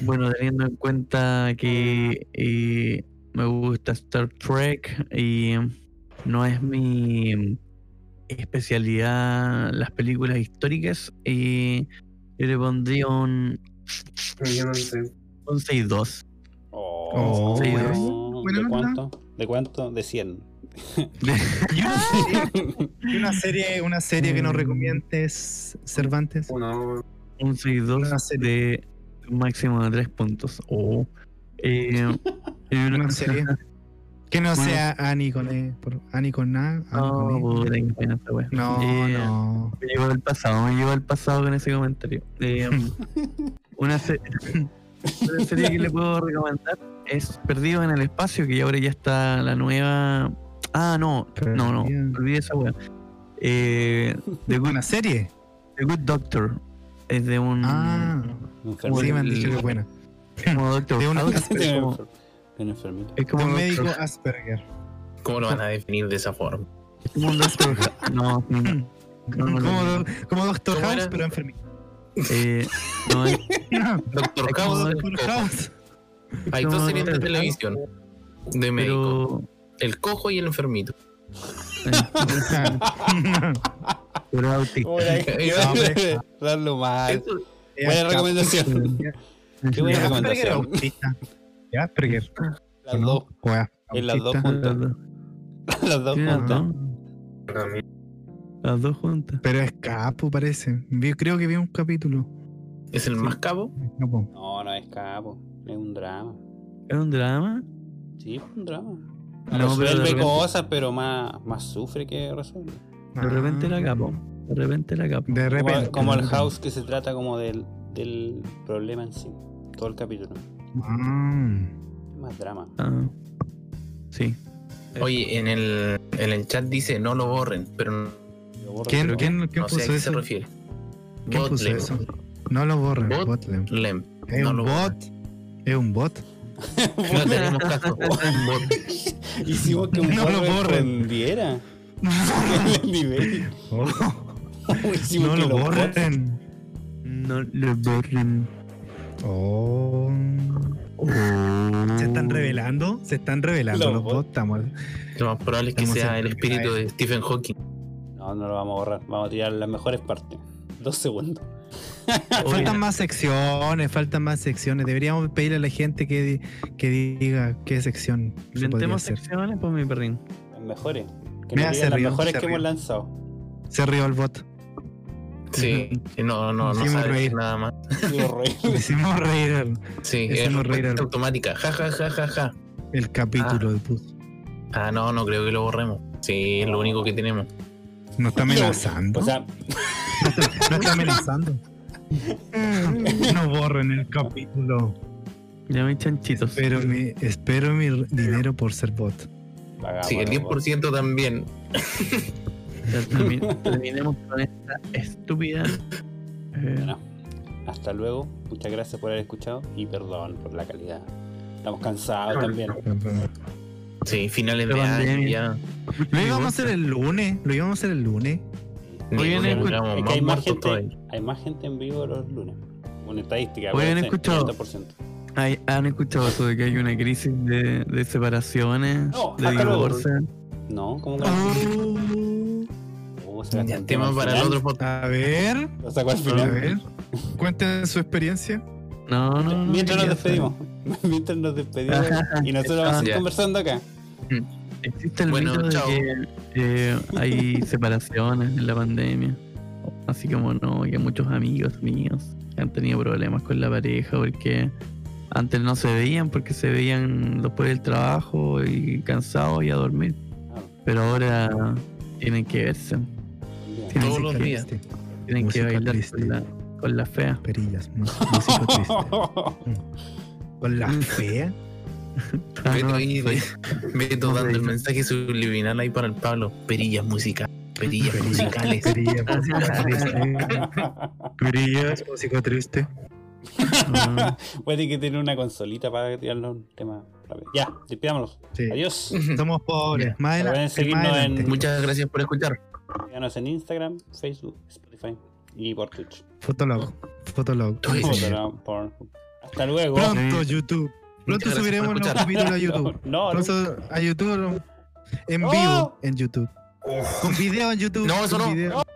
Bueno, teniendo en cuenta que eh, me gusta Star Trek y no es mi especialidad las películas históricas, y yo le pondría un
Yo no sé.
un 6-2.
Oh,
Sí,
no.
dos. Buena
¿De
onda.
cuánto? ¿De cuánto? De 100.
¿Y una serie, y una serie, una serie
Mm.
que nos recomiendes, Cervantes?
Uno.
Un
Una
6-2
serie.
de un máximo de 3 puntos. Oh. Eh, y una-
Una serie. Que no
Bueno.
sea Ani con E. por- Ani con A. Ani
No,
con
puta,
E.
qué pena esta wea.
No,
Eh,
no.
Me llevó al pasado, me llevó al pasado con ese comentario. Eh, una, se- una serie que le puedo recomendar es Perdido en el Espacio, que ya ahora ya está la nueva. Ah, no, no, no,
Perdido.
olvidé esa wea. Eh, The, Good,
Una serie.
The Good Doctor es de un.
Ah,
Enfermo.
sí, me
bueno,
han dicho que
el-
es buena.
como Doctor
de una-
House,
De
es
un
como,
enfer- de un enfermito.
es
De
como
un
Doctor-
médico Asperger.
¿Cómo lo van a definir de esa forma?
como un Doctor House. No, no, no, no, no,
como,
no.
do- como Doctor
¿Cómo
House,
era?
pero enfermito.
Eh, no, es-
Doctor
Es
House.
como
Doctor
Cojo.
House.
Hay
como
dos series de
Doctor
televisión de médico.
pero.
El cojo y el enfermito.
eh, Pero autista.
Hola,
No,
qué- darlo mal.
Eso-
Buena recomendación. Qué buena
Ya, Asperger
recomendación.
autista. Ya, Asperger.
Las
¿no?
dos,
Wea,
En las dos
autista.
juntas. las dos
Tiene las
juntas.
dos. Las dos juntas.
Pero es capo, parece. Vi- creo que vi un capítulo.
¿Es el más capo?
Es capo.
No, no es capo. Es un drama.
¿Es un drama?
Sí, es un drama.
No, pero de
resuelve
repente-
cosas, pero más, más sufre que resuelve.
De repente la capo. De repente la capo.
Ah. De
Como-
repente.
Como, el house que se trata como del, del problema en sí. Todo el capítulo.
Ah.
Más drama.
Ah. Sí.
Oye, en el, en el chat dice no lo borren, pero no,
Lo borro,
¿Quién,
pero-
quién, quién
no sé a
puso
qué se
eso?
refiere.
¿Quién puso
Botlem.
eso? No lo borren,
Bot-
Botlem.
Lem.
Es
no
un
lo
bot. Es un bot.
No tenemos caso. Bot.
Hicimos que un
No
bot
lo borren.
respondiera. El nivel. Hicimos
no
que
Oh. lo
los bots-
borren.
No lo borren.
Oh. Se están revelando. Se están revelando
Los
los
bots.
bots. Estamos.
Lo más probable es que
Estamos
sea el
en-
espíritu de Stephen Hawking.
No, no lo vamos a borrar. Vamos a tirar las mejores partes. Dos segundos.
Faltan más secciones, faltan más secciones. Deberíamos pedirle a la gente que, di- que diga qué sección. se podría
Inventemos
hacer.
secciones, pues mi perrín.
Las mejores. Que
Mira,
nos
se
digan las
rió,
mejores
se
que
rió.
hemos lanzado.
Se rió el bot.
Sí, no, no, no
Hicimos
sabe
reír.
nada más.
Digo, re-
Le Hicimos reír el,
Sí,
Hicimos
es
reír al-
respuesta automática. Ja, ja, ja, ja, ja.
el capítulo. puso.
Ah, no, no creo que lo borremos. Sí, es lo único que tenemos.
Nos está amenazando.
O sea,
No está amenazando. No borren el capítulo.
Ya me chanchitos.
Espero mi, espero mi dinero por ser bot.
pagamos,
Sí, el
los bots.
10% también.
Ya termi- terminemos con esta estúpida. eh,
Bueno, hasta luego. Muchas gracias por haber escuchado y perdón por la calidad. Estamos cansados también.
Sí, finales
La
de año
pandemia.
ya.
Lo íbamos a hacer el lunes, lo íbamos a hacer el lunes.
Oigan,
Ni-
escu-
éramos
Es que
más
hay más
muertos
gente,
todavía.
hay más gente en vivo los lunes. Una estadística,
Oigan,
weón,
escucho-
80%.
Ay, ¿Han escuchado eso de que hay una crisis de, de separaciones,
No,
de
hasta luego.
divorcio?
No, ¿cómo que
Uh.
¿Cómo se gasta
Ah. Ya,
un
tema
al
para el
final?
otro podcast.
A ver,
Lo sacó al
a
final.
ver. Cuenten su experiencia.
No,
Ah,
no, no.
Mientras nos
ya está.
despedimos. Mientras nos despedimos. Y nosotros vamos a seguir
Ya.
conversando acá.
Existe el
Bueno,
mito de
chao.
que eh, hay separaciones en la pandemia. Así como no, que muchos amigos míos han tenido problemas con la pareja porque antes no se veían porque se veían después del trabajo y cansados y a dormir.
Ah.
Pero ahora tienen que verse,
Ya.
Todos los
Música
días.
triste,
tienen
Música
que bailar
triste.
con la, con la fea.
Perillas, mu- música triste. Con la fea.
Ah,
Beto
no,
ahí,
soy-
Beto
No,
dando el
soy-
mensaje subliminal ahí para el Pablo. Perillas musicales. Perillas
Perillas.
musicales.
Perillas, música triste. Perillas, música triste.
ah,
Voy a tener que tener una consolita para tirar los temas rápido. Ya, despidámonos.
Sí.
Adiós.
Somos pobres. Más
Pueden
adelante.
seguirnos
Más
en-
adelante.
Muchas gracias por escuchar.
Síganos en Instagram, Facebook, Spotify y por Twitch.
Fotolog. Fotolog.
Twitch. Sí, señor.
Por- por- Hasta luego.
Pronto, YouTube. Pronto
gracias por
subiremos los
escuchar.
capítulos a YouTube.
No, no.
Pronto a YouTube. En
Oh.
vivo en YouTube. Con video en YouTube.
No, eso
con
no.
video.